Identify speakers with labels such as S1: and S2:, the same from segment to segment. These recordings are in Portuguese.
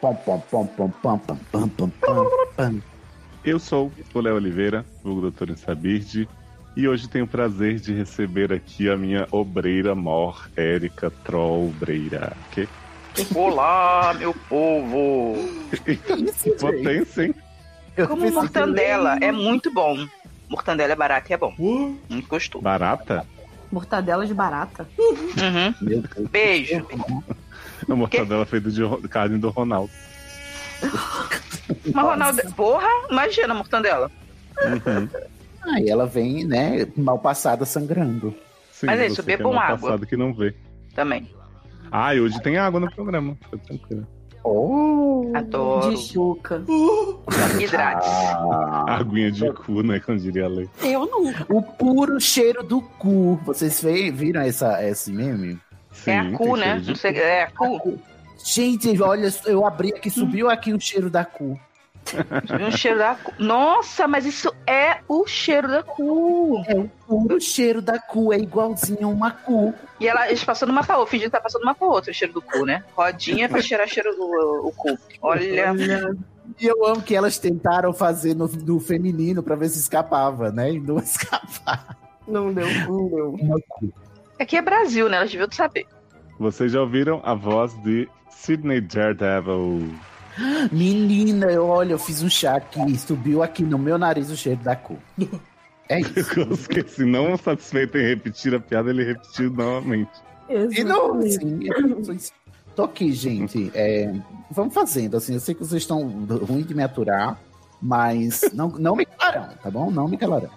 S1: Pam, pam, pam, pam, pam, pam, pam, pam, pam, pam.
S2: Eu sou o Léo Oliveira, vulgo doutor Insabirde, e hoje tenho o prazer de receber aqui a minha obreira mor, Érica Trollbreira. Que
S3: Olá, meu povo!
S2: potência, hein?
S1: Eu
S3: Como
S1: preciso-
S3: mortandela é muito bom. Mortandela é barata e é bom.
S4: Uh,
S3: Muito gostoso.
S2: Barata?
S5: Mortadela de barata.
S3: Uhum.
S1: Meu Deus.
S3: Beijo.
S2: A mortadela feita de ro- carne do Ronaldo.
S3: Mas Ronaldo, porra, imagina a mortandela.
S2: Uhum.
S1: Ah, e ela vem, né, mal passada sangrando.
S2: Sim,
S3: Mas é isso,
S2: você que
S3: bebam
S2: mal
S3: água.
S2: Passado que não vê.
S3: Também.
S2: Ah, e hoje tem água no programa. Tá tranquilo.
S1: Oh!
S3: Adoro.
S5: De chuca.
S4: uh.
S3: Hidrate.
S1: Ah,
S2: Aguinha de cu, né? Como diria a lei.
S5: Eu nunca.
S1: o puro cheiro do cu. Vocês ve- viram essa, esse meme?
S2: Sim,
S3: É a
S2: tem
S3: cu, né?
S2: cheiro de-
S3: Não sei- É a cu.
S1: Gente, olha, eu abri aqui, subiu aqui o cheiro da cu.
S3: E um cheiro da cu. Nossa, mas isso é o cheiro da cu.
S1: É o puro cheiro da cu, é igualzinho a uma cu.
S3: E ela, eles passando uma pra outra, fingindo que tá passando uma pra outra o cheiro do cu, né? Rodinha pra cheirar cheiro do o cu. Olha.
S1: E eu amo que elas tentaram fazer no, no feminino pra ver se escapava, né? E não escapava.
S5: Não deu, não deu.
S1: Uma cu.
S3: Aqui é Brasil, né? Elas deviam saber.
S2: Vocês já ouviram a voz de Sidney Daredevil?
S1: Menina, eu, olha, eu fiz um chá aqui, subiu aqui no meu nariz o cheiro da cu. É isso.
S2: Eu esqueci, não satisfeito em repetir a piada, ele repetiu novamente.
S1: E não, assim, eu sou ins- tô aqui, gente. é, vamos fazendo, assim, eu sei que vocês estão ruim de me aturar, mas não, não me calarão, tá bom? Não me calarão.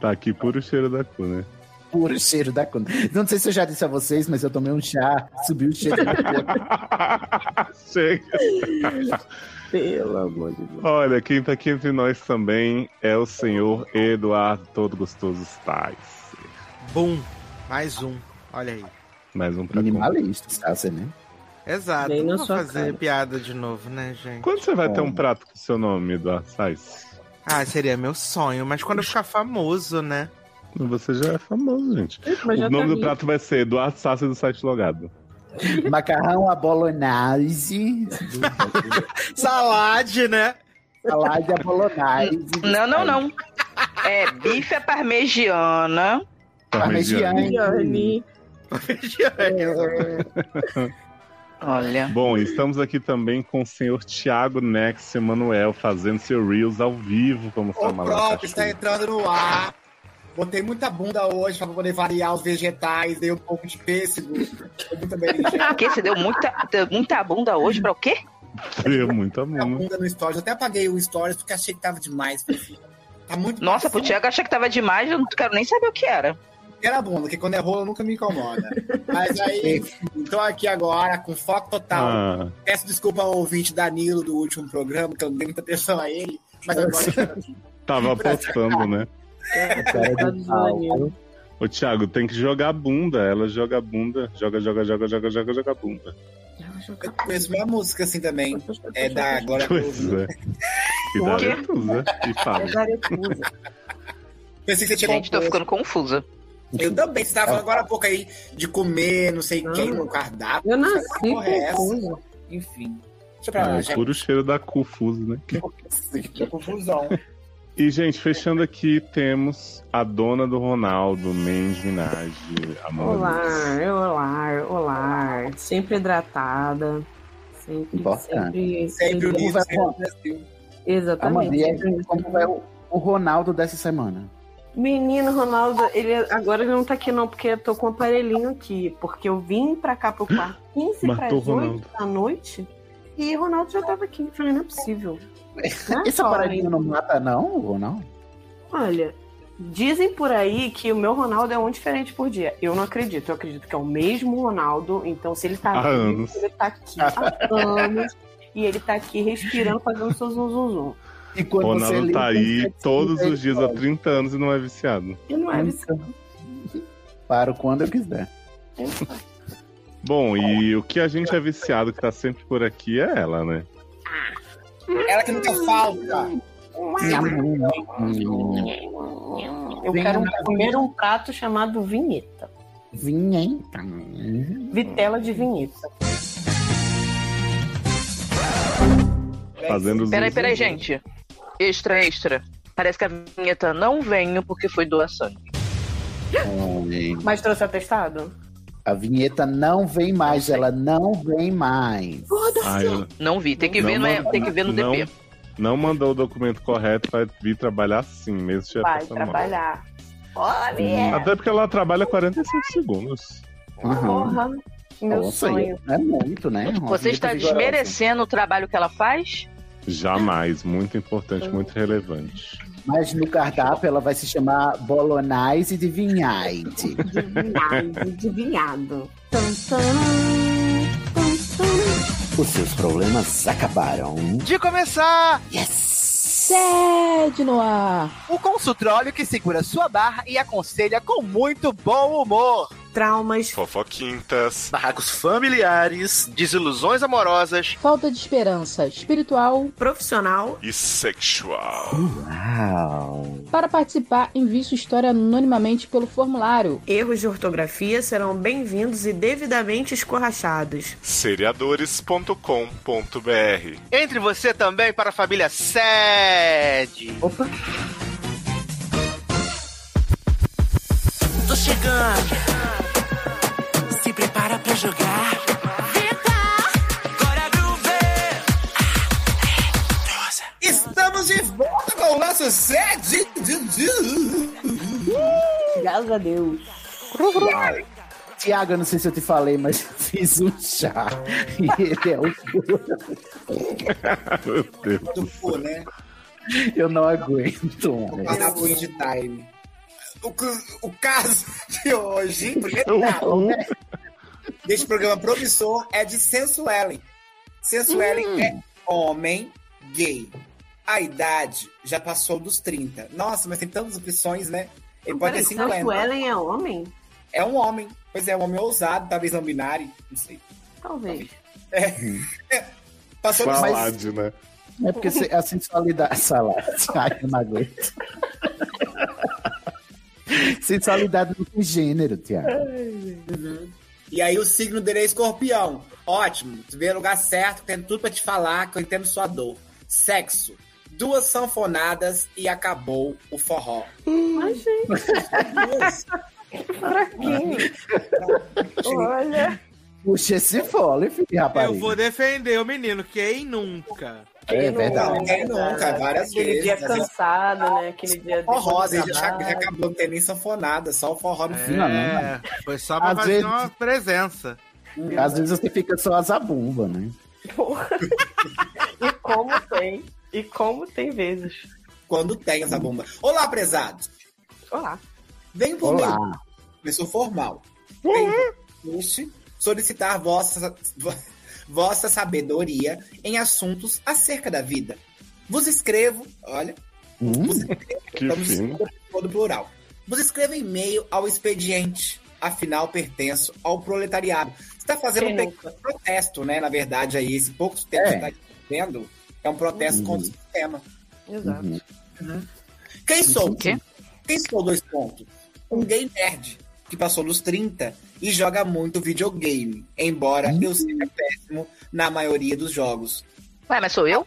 S2: Tá aqui puro cheiro da cu, né?
S1: Puro cheiro da cu. Não sei se eu já disse a vocês, mas eu tomei um chá, subiu o cheiro da cu.
S2: Chega.
S5: Pelo amor de Deus.
S2: Olha, quem tá aqui entre nós também é o senhor Eduardo Todo Gostoso Stais.
S4: Bum. Mais um. Olha aí.
S2: Mais um pra cá.
S1: Minimalista, Sassi, né?
S4: Exato.
S5: Bem na
S4: Não vou
S5: sua
S4: fazer
S5: cara.
S4: piada de novo, né, gente?
S2: Quando você vai ter um prato com seu nome, Eduardo Stais?
S4: Ah, seria meu sonho, mas quando eu ficar famoso, né?
S2: Você já é famoso, gente.
S5: Mas já
S2: o nome
S5: tá
S2: do
S5: rindo.
S2: prato vai ser Eduardo Sassi do site logado.
S1: Macarrão à bolognese.
S4: Salade, né?
S1: Salada à bolognese.
S3: Não, não, não. É bife à parmegiana.
S2: Tá
S1: Parmegiana.
S5: Gianni. É.
S3: Olha.
S2: Bom, estamos aqui também com o senhor Thiago Nex Emanuel fazendo seu Reels ao vivo, como
S6: O
S2: chama lá.
S6: próprio está tá entrando no ar. Botei muita bunda hoje para poder variar os vegetais, dei um pouco de pêssego. Foi muito bem. Gente,
S3: Que você deu muita, deu muita bunda hoje pra o quê?
S2: Deu muito
S6: muita
S2: amor.
S6: Tá bunda no stories. Eu até apaguei o stories porque achei que tava demais. Tá muito
S3: Nossa, pro Thiago achar que tava demais, eu não quero nem saber o que era.
S6: era bunda, porque quando é rolo nunca me incomoda. Mas aí, tô aqui agora com foco total.
S2: Ah,
S6: Peço desculpa ao ouvinte Danilo do último programa, que eu não dei muita atenção a ele. Mas agora
S2: tava apostando, né?
S1: Cara de
S5: Coitado do
S1: pau.
S5: Danilo.
S2: Ô, Thiago, tem que jogar bunda. Ela joga bunda. Joga, joga, joga, joga, joga, joga bunda.
S6: eu conheço minha música assim também. É da Glória Groove.
S2: Pois é. E dá
S3: O quê?
S2: retusa. E fala.
S5: É Garetusa.
S6: Pensei que você tinha
S3: Gente, tô ficando confusa.
S6: Eu também, você tava falando agora há pouco aí de comer, não sei
S3: Ah.
S6: quem no cardápio.
S5: Eu nasci
S6: Porra, é essa?
S5: confusa.
S6: Enfim. Deixa pra
S2: Ah,
S6: lá,
S2: é
S6: já
S2: puro cheiro da Cufuso, né?
S6: é confusão.
S2: E, gente, fechando aqui, temos a dona do Ronaldo, Mendes Minaj. Amor.
S5: Olá, olá, olá. Sempre hidratada. Sempre,
S1: Importante.
S5: sempre,
S6: Sempre
S5: sempre-
S6: unido,
S1: vai
S6: sempre
S1: falar?
S6: Brasil.
S5: Exatamente.
S1: Amanda,
S2: é
S1: e aí,
S5: Sempre-
S1: como vai o, o Ronaldo dessa semana?
S5: Menino Ronaldo, ele agora ele não tá aqui não, porque eu tô com o aparelhinho aqui. Porque eu vim pra cá pro quarto 15 para
S2: Matou
S5: 8
S2: Ronaldo.
S5: da noite e o Ronaldo já tava aqui. Eu Falei, não é possível. Não é
S1: Essa
S5: só,
S1: paradinha
S5: hein?
S1: não mata, não, Ronaldo?
S5: Olha, dizem por aí que o meu Ronaldo é um diferente por dia. Eu não acredito. Eu acredito que é o mesmo Ronaldo. Então, se ele tá
S2: Há
S5: vivo,
S2: anos.
S5: ele tá aqui há anos. E ele tá aqui respirando, fazendo seu zum zum zum.
S1: E quando
S2: Ronaldo
S1: lê,
S2: tá aí
S1: você
S2: todos
S1: lê,
S2: os dias há 30 anos e não é viciado.
S5: E não é isso.
S1: Paro quando eu quiser.
S2: Bom, e o que a gente é viciado, que tá sempre por aqui, é ela, né?
S6: Ela que nunca falta.
S5: Eu quero comer um prato chamado vinheta.
S1: Vinha, então.
S5: Vitela de vinheta.
S2: Fazendo os
S3: Peraí, peraí, gente. Extra, extra. Parece que a vinheta não veio porque foi doação.
S5: Mas trouxe atestado?
S1: A vinheta não vem mais, ela não vem mais.
S2: Ah, eu-
S3: Não vi. Tem que ver,
S2: Não,
S3: no, é-
S2: não,
S3: tem que ver no
S2: não.
S3: DP.
S2: Não mandou o documento correto, vai vir trabalhar sim, mesmo se tiver
S5: Vai
S2: passando mal.
S5: trabalhar. Olha!
S2: Até porque ela trabalha 45 segundos.
S1: Aham.
S5: Porra, meu
S1: Nossa,
S5: sonho.
S1: é é muito, né? Uma
S3: Você está
S1: vinheta vigorosa.
S3: desmerecendo o trabalho que ela faz?
S2: Jamais. Muito importante, muito relevante.
S1: Mas no cardápio ela vai se chamar Bolonais e de Vinhaite.
S5: Adivinhado, adivinhado.
S1: Os seus problemas acabaram.
S7: De começar
S8: Sede no ar.
S7: o consultório que segura sua barra e aconselha com muito bom humor.
S5: Traumas,
S9: Fofoquintas.
S4: Barracos familiares, desilusões amorosas.
S8: Falta de esperança espiritual.
S5: profissional,
S9: E sexual.
S1: Uau!
S8: Para participar, envie sua história anonimamente pelo formulário.
S5: erros de ortografia serão bem-vindos e devidamente escorrachados.
S9: Seriadores.com.br.
S4: Entre você também para a família é Sede.
S1: Opa.
S10: Tô chegando. Se prepara pra jogar. Agora groove.
S6: Estamos de volta com o nosso sede.
S5: Graças a Deus.
S1: Tiago, eu não sei se eu te falei, mas fiz um chá. E ele é o
S2: Meu Deus.
S6: Do cu, né?
S1: Eu não aguento.
S6: O
S1: homem.
S6: cardápio de time. O, cu- o caso de hoje, primeiro caso
S2: Eu,
S6: deste programa promissor, é de Sensuellen. Sensuellen é homem gay. A idade já passou dos 30. Nossa, mas tem tantas opções, né? Ele pode ter 50.
S5: Ellen é homem?
S6: É um homem. Pois é, um homem ousado, talvez não binário, não sei.
S5: Talvez.
S6: Passou dos
S2: Salade, né?
S1: É porque se- a sensualidade. Salada. Ai, eu não aguento. sensualidade não tem gênero, Tiago.
S6: E aí o signo dele é escorpião. Ótimo, tu veio no lugar certo, tendo tudo pra te falar, que eu entendo sua dor. Sexo. Duas sanfonadas e acabou o forró.
S5: Mas, gente,
S6: Duas?
S5: fraquinho.
S6: Gente,
S5: Olha.
S1: Puxa esse fole, filho, rapaz.
S4: Eu vou defender o menino, quem nunca?
S1: É verdade.
S6: Não, quem nunca? Várias
S5: Aquele
S6: vezes,
S5: dia
S6: às vezes.
S5: cansado, né? Aquele dia
S6: forró,
S5: depois do
S6: gente, já, já
S5: trabalho.
S6: acabou, não tem nem sanfonada, só o forró no fim.
S1: não, não.
S4: É, foi só pra
S1: né? Às
S4: fazer
S1: vezes-
S4: uma presença. Tá
S1: Às vezes você fica só as abumba, né?
S5: Porra. E como tem. E como tem vezes.
S6: Quando tem essa bomba. Olá, prezados.
S5: Olá.
S6: Venho por
S1: Olá.
S6: meu Começou formal. Venho por post solicitar vossa, vo- vossa sabedoria em assuntos acerca da vida. Vos escrevo, olha,
S1: Hum,
S2: Que
S6: Estamos
S2: fino.
S6: todo plural. Vos escrevo e-mail ao expediente. Afinal, pertenço ao proletariado. Você está fazendo
S5: Quem
S6: um pequeno protesto, né? Na verdade, aí, esse pouco tempo
S1: É.
S6: que está vendo é um protesto
S1: Uhum.
S6: contra o sistema.
S5: Exato.
S1: uhum.
S6: Quem sou?
S3: Quê?
S6: Quem sou dois pontos? Um gay nerd que passou dos 30 e joga muito videogame, embora eu seja péssimo na maioria dos jogos.
S3: Ué, mas sou eu?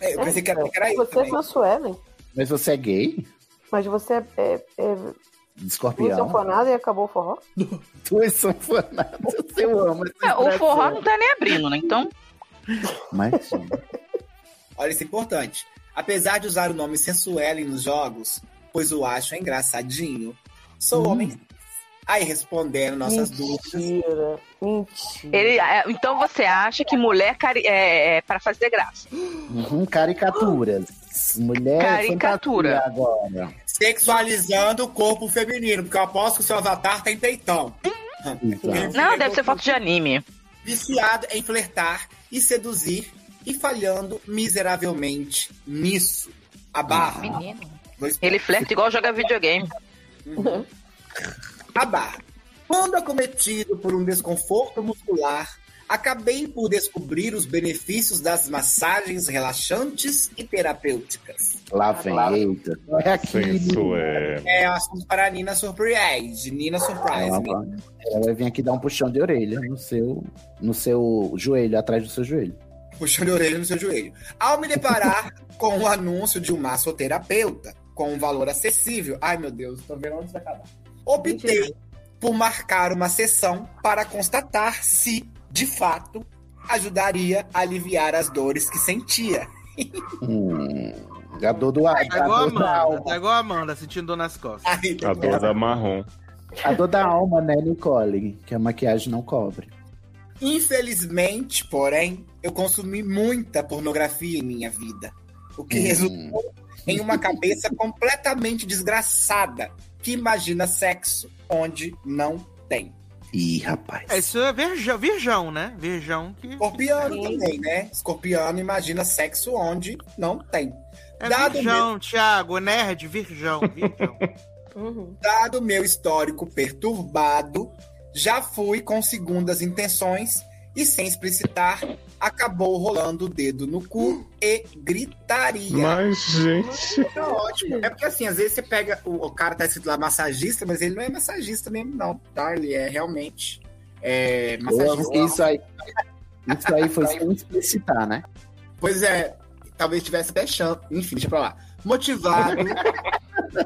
S6: É, Eu pensei que era, que era isso.
S5: Você é
S6: Também.
S5: Suelen,
S1: Mas você é gay?
S5: mas você é, é, é
S1: Escorpião?
S5: sanfonada e acabou o forró?
S1: Tu é sanfonada. Eu amo essa
S3: É, o
S1: expressão.
S3: forró não tá nem abrindo, né? Então,
S1: Mas,
S6: Olha, isso é importante. Apesar de usar o nome Sensuelle nos jogos, pois o acho engraçadinho, sou
S1: Hum.
S6: homem. Aí respondendo nossas dúvidas.
S5: Mentira. Mentira.
S3: ele, é, então você acha que mulher cari- é, é para fazer graça?
S1: uhum, caricaturas. Mulher é
S3: Caricatura.
S1: fantasia agora.
S6: Sexualizando o corpo feminino, porque eu aposto que o seu avatar tem peitão.
S1: Exato.
S3: Não, deve ser foto de anime.
S6: Viciado em flertar e seduzir e falhando miseravelmente nisso. A
S11: Uhum.
S6: barra. Dois
S3: Ele flerta igual joga videogame.
S6: A barra. Quando acometido por um desconforto muscular, acabei por descobrir os benefícios das massagens relaxantes e terapêuticas.
S1: Lá vem,
S6: Lá-
S1: eita. É aqui.
S2: Sensuela.
S6: É assunto para Nina Surprise. Nina Surprise.
S1: Ela vai, É ela vai vir aqui dar um puxão de orelha no seu, no seu joelho, atrás do seu joelho.
S6: puxando a orelha no seu joelho. Ao me deparar com o anúncio de um massoterapeuta com um valor acessível, ai meu Deus, tô vendo onde isso vai acabar. Optei por marcar uma sessão para constatar se, de fato, ajudaria a aliviar as dores que sentia.
S1: Hum, a dor do ar,
S4: Tá
S1: a
S4: igual a
S1: dor da
S4: Amanda,
S1: alma.
S4: tá igual a Amanda, sentindo dor nas costas.
S6: Ai,
S2: A dor da marrom.
S1: A dor da alma, né, Nicole? Que a maquiagem não cobre.
S6: Infelizmente, porém, eu consumi muita pornografia em minha vida, o que resultou em uma cabeça completamente desgraçada que imagina sexo onde não tem.
S1: Ih, rapaz.
S4: É, Isso é virgão, virgão, né? Virgão que.
S6: Escorpiano
S5: Sim.
S6: também, né? Escorpiano imagina sexo onde não tem.
S4: É
S6: Dado
S4: virgão, Thiago, nerd, virgão, virgão.
S5: Uhum.
S6: Dado meu histórico perturbado, já fui com segundas intenções e sem explicitar, acabou rolando o dedo no cu e gritaria.
S2: Mas, gente.
S6: Tá ótimo. É porque assim, às vezes você pega. O, o cara tá escrito lá massagista, mas ele não é massagista mesmo, não, tá? Ele é realmente. É,
S1: Eu amo que
S6: massagista.
S1: isso aí. Isso aí foi sem explicitar, né?
S6: Pois é, talvez tivesse até chance. Enfim, deixa pra lá. Motivado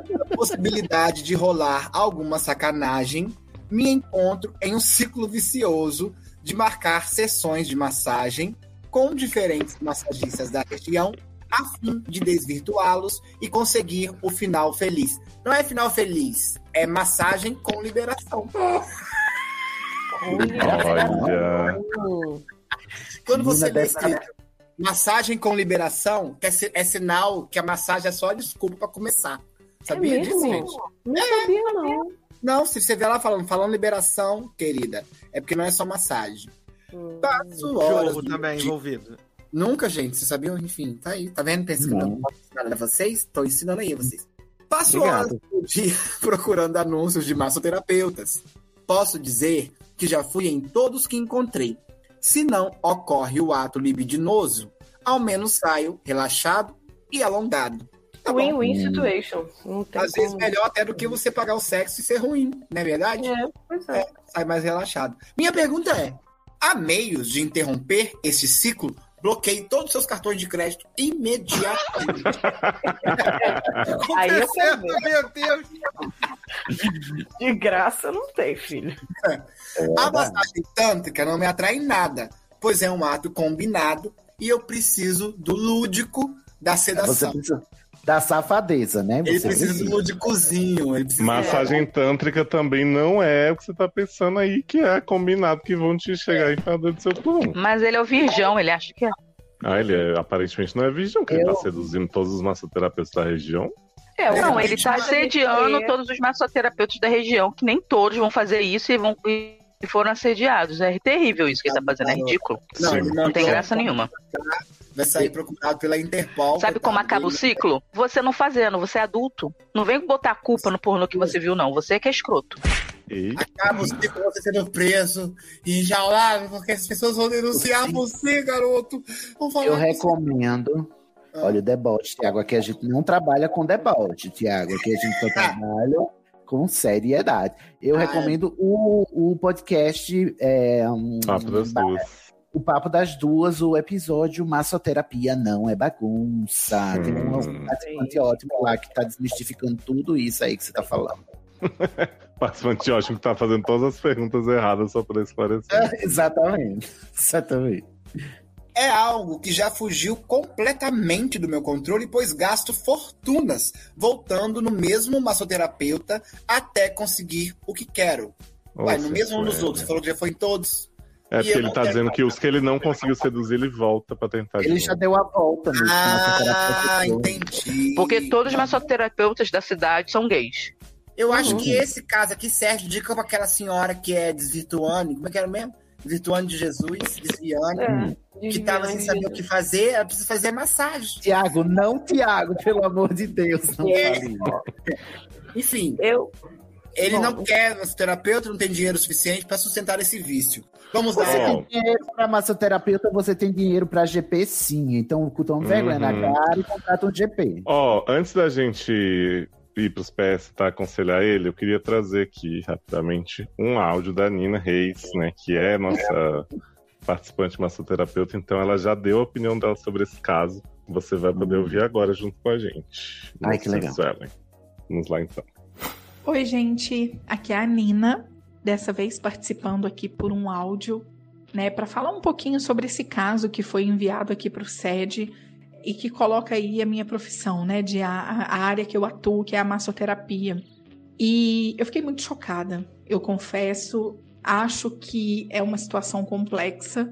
S6: pela possibilidade de rolar alguma sacanagem, me encontro em um ciclo vicioso de marcar sessões de massagem com diferentes massagistas da região a fim de desvirtuá-los e conseguir o final feliz. Não é final feliz, é massagem com liberação.
S2: Olha.
S5: Hum.
S6: Quando você
S1: Menina, deve-
S6: lê escrito massagem com liberação, é, si- é sinal que a massagem é só desculpa pra começar. Sabia
S5: é
S6: disso, gente?
S5: mesmo? Não sabia, não.
S6: Não, se você vê ela falando, falando liberação, querida, é porque não é só massagem. É,
S5: Hum.
S6: Passo horas.
S4: Tá, Jogo também
S6: de-
S4: envolvido.
S6: Nunca, gente, vocês sabiam? Enfim, tá aí, tá vendo? Pensa que eu não posso ensinar a vocês? Tô ensinando aí a vocês. Passo
S1: Obrigado.
S6: horas por dia procurando anúncios de massoterapeutas. Posso dizer que já fui em todos que encontrei. Se não ocorre o ato libidinoso, ao menos saio relaxado e alongado. Tá bom?
S5: Win-win situation. Não tem
S6: Às
S5: como.
S6: vezes melhor até do que você pagar o sexo e ser ruim, não é verdade?
S5: É, pois é.
S6: sai mais relaxado. Minha pergunta é: há meios de interromper esse ciclo? Bloqueie todos os seus cartões de crédito imediatamente.
S5: Aí eu
S4: Aconteceu,
S5: quero
S4: meu Deus.
S5: De graça não tem, filho.
S6: A massagem tântrica não me atrai em nada, pois é um ato combinado e eu preciso do lúdico
S3: É,
S6: da
S1: Você
S6: sedação.
S1: precisa da safadeza, né?
S6: Ele
S1: Você
S6: precisa do lúdicozinho. Ele precisa...
S2: Massagem tântrica também não é o que você tá pensando aí, que é combinado que vão te chegar e enfiar dentro do seu cu. não.
S3: Mas ele é o virgão, ele acha que é.
S2: Ah, ele é- aparentemente não é virgão, que ele
S1: Eu-
S2: tá seduzindo todos os massoterapeutas da região.
S3: É, não, ele tá
S5: Mas ele
S3: assediando
S5: é.
S3: todos os massoterapeutas da região, que nem todos vão fazer isso e vão e foram assediados. É terrível isso que ele tá fazendo, é ridículo.
S6: Não,
S2: Sim.
S6: ele
S3: Não tem
S6: vai-
S3: graça nenhuma.
S6: Vai sair procurado pela Interpol. Tá
S3: Sabe como
S6: coitado
S3: acaba o
S6: dele.
S3: ciclo? Você não fazendo, você é adulto. Não vem botar a culpa no pornô que você viu, não. Você que é escroto.
S2: E
S6: Acaba o ciclo você sendo preso e enjaulado, porque as pessoas vão denunciar você, garoto. Vão falar
S1: Eu
S6: que
S1: recomendo.
S6: Ah.
S1: Olha o deboche, Tiago. Aqui a gente não trabalha com deboche, Tiago. Aqui a gente só trabalha com seriedade. Eu
S6: Ah, é.
S1: recomendo o, o podcast. é, um,
S2: papo das
S1: ba-
S2: tá duas.
S1: O Papo das Duas, o episódio Massoterapia Não é Bagunça. Tem um
S2: Hum.
S1: participante ótimo lá que tá desmistificando tudo isso aí que você tá falando.
S2: Participante ótimo que tá fazendo todas as perguntas erradas só pra esclarecer.
S1: Exatamente. Exatamente.
S6: é algo que já fugiu completamente do meu controle, pois gasto fortunas voltando no mesmo massoterapeuta até conseguir o que quero. Ué,
S2: Nossa,
S6: no mesmo um dos
S2: Sueli.
S6: outros, você falou que já foi em todos.
S2: É
S6: E
S2: porque
S6: eu
S2: ele
S6: não
S2: tá
S6: quero-
S2: dizendo que os que ele não conseguiu seduzir, ele volta pra tentar de
S1: Ele já
S2: novo.
S1: deu a volta nisso.
S5: Ah,
S6: Ah,
S1: massoterapia pessoa.
S6: entendi.
S3: Porque todos os massoterapeutas da cidade são gays.
S6: Eu acho que esse caso aqui serve de dica pra aquela senhora que é desvirtuane, como é que era mesmo? Desvirtuane de Jesus, desviane,
S5: É.
S6: que tava sem saber o que fazer, ela precisa fazer massagem.
S1: Tiago,
S5: É.
S1: não, Tiago, pelo amor de Deus, não fale isso.
S6: Enfim,
S5: Eu,
S6: Ele não quer massoterapeuta, não tem dinheiro suficiente pra sustentar esse vício. Vamos lá.
S1: Você tem dinheiro pra massoterapeuta, você tem dinheiro pra GP, sim. Então, toma vergonha na
S2: Uhum.
S1: cara e contrata um GP.
S2: Ó, antes da gente ir pros PS, tá, aconselhar ele, eu queria trazer aqui rapidamente um áudio da Nina Reis, né, que é nossa participante massoterapeuta, então ela já deu a opinião dela sobre esse caso. Você vai poder ouvir agora junto com a gente.
S1: Ai, que legal.
S2: Suelen. Vamos lá então.
S12: Oi, gente. Aqui é a Nina, dessa vez participando aqui por um áudio, né, para falar um pouquinho sobre esse caso que foi enviado aqui para o SED e que coloca aí a minha profissão, né, de a, a área que eu atuo, que é a massoterapia. E eu fiquei muito chocada, eu confesso. Acho que é uma situação complexa.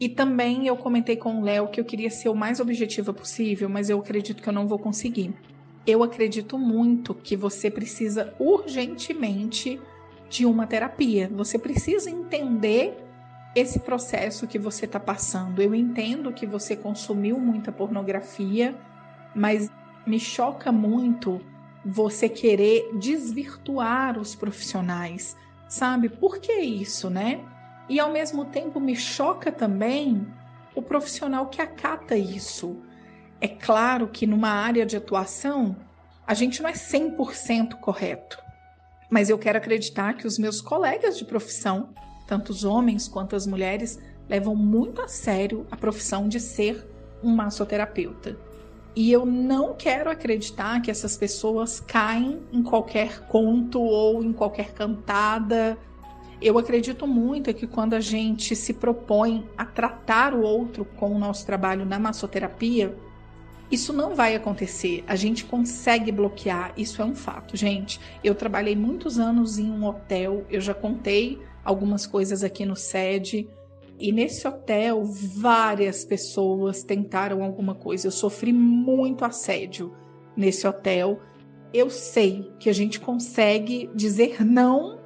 S12: E também eu comentei com o Léo que eu queria ser o mais objetiva possível, mas eu acredito que eu não vou conseguir. Eu acredito muito que você precisa urgentemente de uma terapia. Você precisa entender esse processo que você está passando. Eu entendo que você consumiu muita pornografia, mas me choca muito você querer desvirtuar os profissionais, sabe? Por que isso, né? E ao mesmo tempo me choca também o profissional que acata isso. É claro que numa área de atuação a gente não é 100% correto, mas eu quero acreditar que os meus colegas de profissão, tanto os homens quanto as mulheres, levam muito a sério a profissão de ser um massoterapeuta. E eu não quero acreditar que essas pessoas caem em qualquer conto ou em qualquer cantada. Eu acredito muito que quando a gente se propõe a tratar o outro com o nosso trabalho na massoterapia, isso não vai acontecer. A gente consegue bloquear, isso é um fato, gente. Eu trabalhei muitos anos em um hotel, eu já contei algumas coisas aqui no SED. E nesse hotel, várias pessoas tentaram alguma coisa. Eu sofri muito assédio nesse hotel. Eu sei que a gente consegue dizer não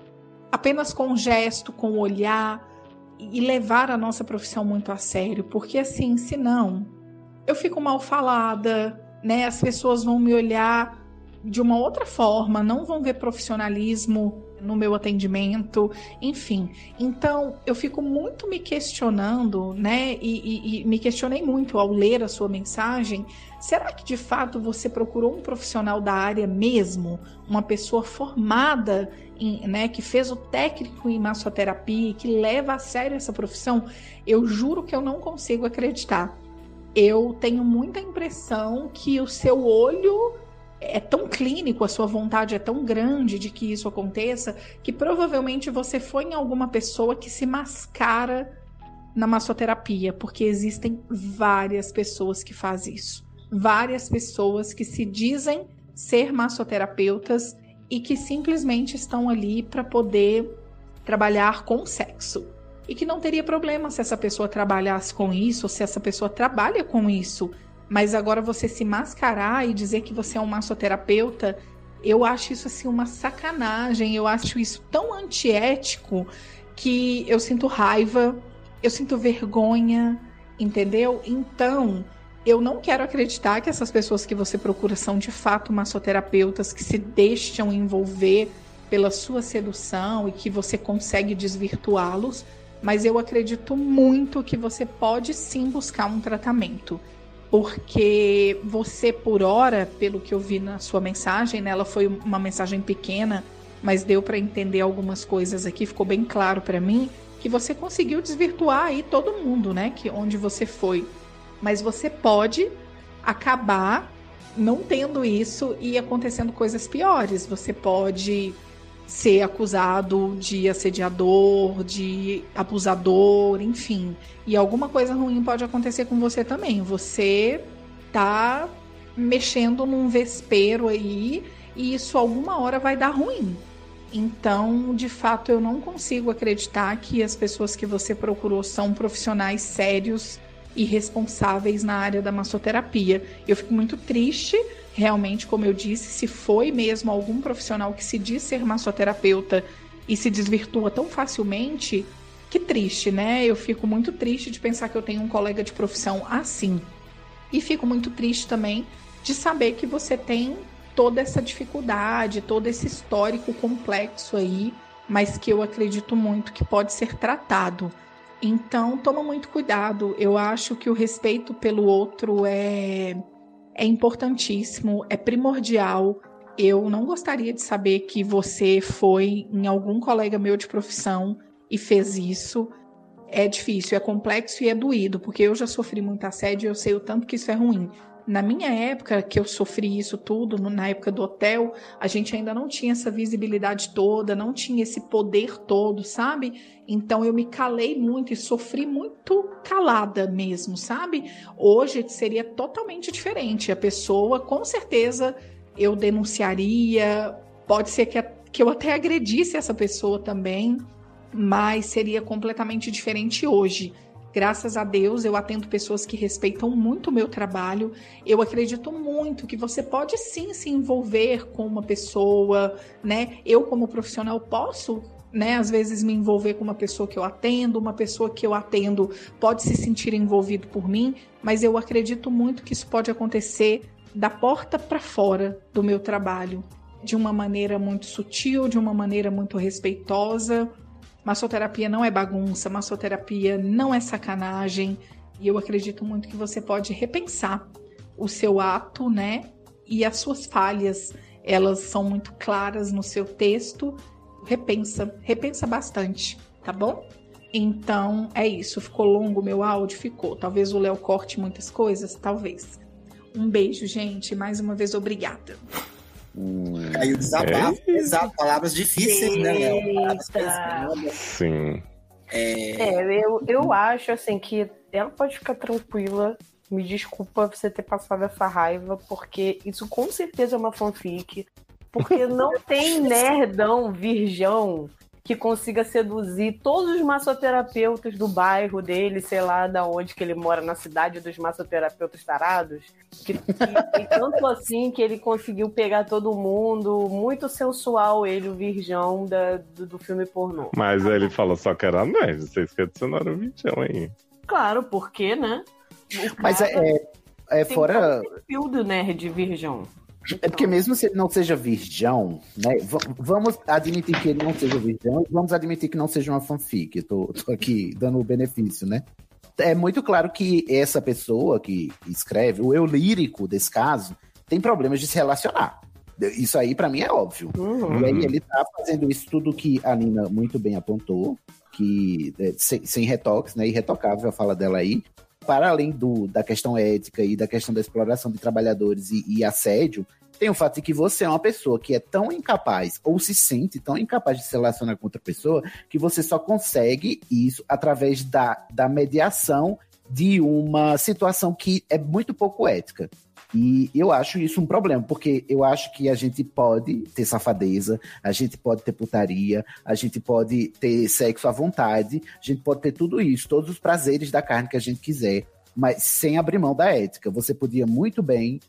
S12: apenas com um gesto, com o olhar e levar a nossa profissão muito a sério, porque assim, se não, eu fico mal falada, né? As pessoas vão me olhar de uma outra forma, não vão ver profissionalismo no meu atendimento, enfim. Então, eu fico muito me questionando, né? E, e- e me questionei muito ao ler a sua mensagem. Será que de fato você procurou um profissional da área mesmo, uma pessoa formada, em- né, que fez o técnico em massoterapia, e que leva a sério essa profissão? Eu juro que eu não consigo acreditar eu tenho muita impressão que o seu olho é tão clínico, a sua vontade é tão grande de que isso aconteça, que provavelmente você foi em alguma pessoa que se mascara na massoterapia, porque existem várias pessoas que fazem isso. Várias pessoas que se dizem ser massoterapeutas e que simplesmente estão ali para poder trabalhar com sexo. E que não teria problema se essa pessoa trabalhasse com isso, ou se essa pessoa trabalha com isso. Mas agora você se mascarar e dizer que você é um massoterapeuta, eu acho isso assim uma sacanagem, eu acho isso tão antiético que eu sinto raiva, eu sinto vergonha, entendeu? Então, eu não quero acreditar que essas pessoas que você procura são de fato massoterapeutas que se deixam envolver pela sua sedução e que você consegue desvirtuá-los, mas eu acredito muito que você pode sim buscar um tratamento. Porque você, por hora, pelo que eu vi na sua mensagem, né, ela foi uma mensagem pequena, mas deu para entender algumas coisas aqui, ficou bem claro para mim que você conseguiu desvirtuar aí todo mundo, né, que onde você foi. Mas você pode acabar não tendo isso e acontecendo coisas piores. Você pode ser acusado de assediador, de abusador, enfim. E alguma coisa ruim pode acontecer com você também. Você tá mexendo num vespeiro aí e isso alguma hora vai dar ruim. Então, de fato, eu não consigo acreditar que as pessoas que você procurou são profissionais sérios e responsáveis na área da massoterapia. Eu fico muito triste, realmente, como eu disse, se foi mesmo algum profissional que se diz ser massoterapeuta e se desvirtua tão facilmente, que triste, né? Eu fico muito triste de pensar que eu tenho um colega de profissão assim. E fico muito triste também de saber que você tem toda essa dificuldade, todo esse histórico complexo aí, mas que eu acredito muito que pode ser tratado. Então, toma muito cuidado. Eu acho que o respeito pelo outro é, é importantíssimo, é primordial. Eu não gostaria de saber que você foi em algum colega meu de profissão e fez isso. É difícil, é complexo e é doído, porque eu já sofri muito assédio e eu sei o tanto que isso é ruim. Na minha época, que eu sofri isso tudo, no- na época do hotel, a gente ainda não tinha essa visibilidade toda, não tinha esse poder todo, sabe? Então eu me calei muito e sofri muito calada mesmo, sabe? Hoje seria totalmente diferente. A pessoa, com certeza, eu denunciaria, pode ser que, a- que eu até agredisse essa pessoa também, mas seria completamente diferente hoje. Graças a Deus, eu atendo pessoas que respeitam muito o meu trabalho. Eu acredito muito que você pode sim se envolver com uma pessoa, né? Eu, como profissional, posso, né, às vezes me envolver com uma pessoa que eu atendo, uma pessoa que eu atendo pode se sentir envolvido por mim, mas eu acredito muito que isso pode acontecer da porta para fora do meu trabalho, de uma maneira muito sutil, de uma maneira muito respeitosa. Massoterapia não é bagunça, massoterapia não é sacanagem. E eu acredito muito que você pode repensar o seu ato, né? E as suas falhas, elas são muito claras no seu texto. Repensa, repensa bastante, tá bom? Então é isso. Ficou longo o meu áudio? Ficou. Talvez o Léo corte muitas coisas? Talvez. Um beijo, gente. Mais uma vez, obrigada.
S6: Caiu desabafo, exato. Palavras difíceis, né, Léo? Palavras pesadas.
S2: Sim.
S5: É, eu, eu acho assim que ela pode ficar tranquila. Me desculpa você ter passado essa raiva, porque isso com certeza é uma fanfic. Porque não tem nerdão virgão que consiga seduzir todos os massoterapeutas do bairro dele, sei lá da onde que ele mora, na cidade dos massoterapeutas tarados. Que, que- e tanto assim que ele conseguiu pegar todo mundo, muito sensual ele, o virgão da- do, do filme pornô.
S2: Mas aí ele falou só que era nerd, vocês que adicionaram o vídeo aí.
S5: Claro, porque, né? O
S1: Mas
S5: cara
S1: é, é, é
S5: tem
S1: fora.
S5: todo o perfil do nerd virgão.
S1: É porque mesmo se ele não seja virgão, né? v- Vamos admitir que ele não seja virgão e vamos admitir que não seja uma fanfic. Eu Tô, tô aqui dando o benefício, né? É muito claro que essa pessoa que escreve, o eu lírico desse caso, tem problemas de se relacionar. Isso aí, pra mim, é óbvio.
S5: Uhum.
S1: E aí ele tá fazendo isso tudo que a Nina muito bem apontou, que é, sem, sem retoques, né? Irretocável a fala dela aí. Para além do, da questão ética e da questão da exploração de trabalhadores e, e assédio, tem o fato de que você é uma pessoa que é tão incapaz, ou se sente tão incapaz de se relacionar com outra pessoa, que você só consegue isso através da, da mediação de uma situação que é muito pouco ética. E eu acho isso um problema, porque eu acho que a gente pode ter safadeza, a gente pode ter putaria, a gente pode ter sexo à vontade, a gente pode ter tudo isso, todos os prazeres da carne que a gente quiser, mas sem abrir mão da ética. Você podia muito bem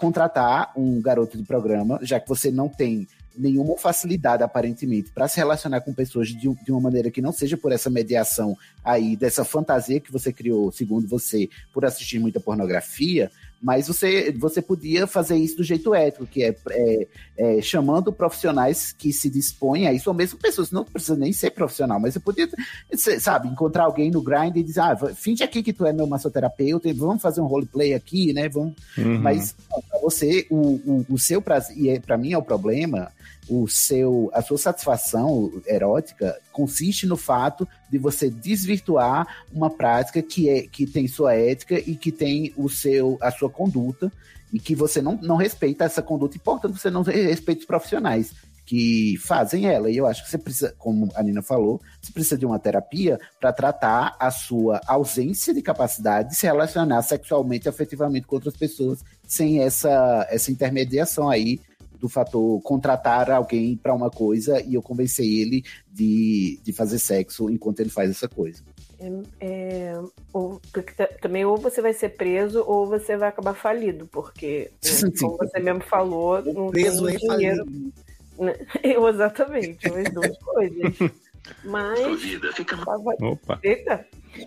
S1: contratar um garoto de programa, já que você não tem nenhuma facilidade, aparentemente, para se relacionar com pessoas de, um- de uma maneira que não seja por essa mediação aí, dessa fantasia que você criou, segundo você, por assistir muita pornografia, mas você, você podia fazer isso do jeito ético, que é, é, é, chamando profissionais que se dispõem a isso, ou mesmo pessoas, não precisa nem ser profissional, mas você podia, cê- sabe, encontrar alguém no grind e dizer, ah, va- finge aqui que tu é meu massoterapeuta, e vamos fazer um roleplay aqui, né, vamos...
S2: Uhum.
S1: Mas não, pra você, o, o, o seu prazer, e é, pra mim é o problema, o seu, a sua satisfação erótica consiste no fato de você desvirtuar uma prática que, é, que tem sua ética e que tem o seu, a sua conduta, e que você não, não respeita essa conduta, e portanto você não respeita os profissionais que fazem ela. E eu acho que você precisa, como a Nina falou, você precisa de uma terapia para tratar a sua ausência de capacidade de se relacionar sexualmente e afetivamente com outras pessoas sem essa, essa intermediação aí do fator contratar alguém para uma coisa e eu convencer ele de, de fazer sexo enquanto ele faz essa coisa.
S5: É, ou- porque ta- também ou você vai ser preso ou você vai acabar falido, porque né, como você mesmo falou, não
S6: preso
S5: tem
S6: é
S5: dinheiro. né? Eu, exatamente, as duas coisas. Mas.
S10: Sua vida fica-
S5: Tava-
S2: Opa.
S5: Eita,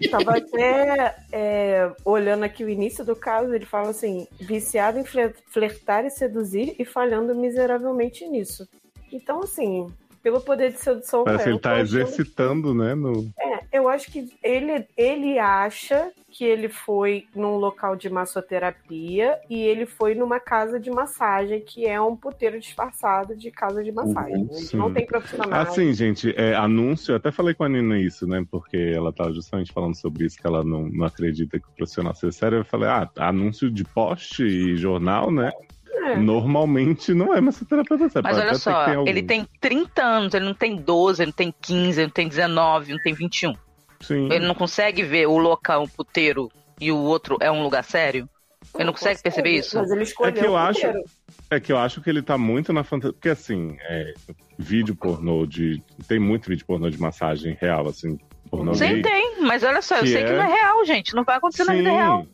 S5: Tava até é, olhando aqui o início do caso, ele fala assim: viciado em fle- flertar e seduzir e falhando miseravelmente nisso. Então, assim, pelo poder de sedução.
S2: Parece que
S5: eu
S2: ele tá
S5: tô achando-
S2: exercitando, né? No...
S5: É, eu acho que ele, ele acha que ele foi num local de massoterapia e ele foi numa casa de massagem, que é um puteiro disfarçado de casa de massagem.
S2: Uhum,
S5: Onde Não
S2: sim.
S5: tem profissional.
S2: Assim, gente, é, anúncio, eu até falei com a Nina isso, né? Porque ela tava justamente falando sobre isso, que ela não, não acredita que o profissional seja sério. Eu falei, ah, anúncio de poste e jornal, né?
S5: É.
S2: Normalmente não é massoterapeuta sério.
S3: Mas
S2: pode
S3: olha
S2: até
S3: só,
S2: ter algum.
S3: ele tem 30 anos, ele não tem 12, ele não tem 15, ele não tem 19, ele não tem 21.
S2: Hum. Sim.
S3: Ele não consegue ver o local, um puteiro, e o outro é um lugar sério? Ele não consegue perceber isso?
S5: Mas ele
S2: É que eu acho. É que eu acho que ele tá muito na fantasia. Porque assim, é, vídeo pornô de. Tem muito vídeo pornô de massagem real, assim, pornô
S3: Sim,
S2: gay.
S3: tem, mas olha só, eu
S2: Que
S3: sei que
S2: é-
S3: não é real, gente. Não vai acontecer na vida real.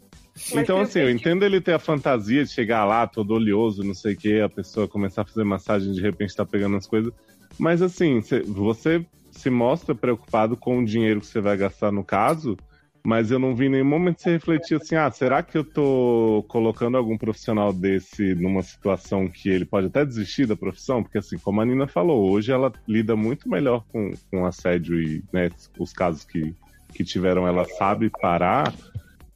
S2: Então, assim, eu entendo ele ter a fantasia de chegar lá todo oleoso, não sei o quê, a pessoa começar a fazer massagem de repente tá pegando as coisas. Mas, assim, cê- você se mostra preocupado com o dinheiro que você vai gastar no caso, mas eu não vi em nenhum momento você refletir assim: ah, será que eu tô colocando algum profissional desse numa situação que ele pode até desistir da profissão? Porque, assim, como a Nina falou, hoje ela lida muito melhor com, com assédio e né, os casos que, que tiveram, ela sabe parar.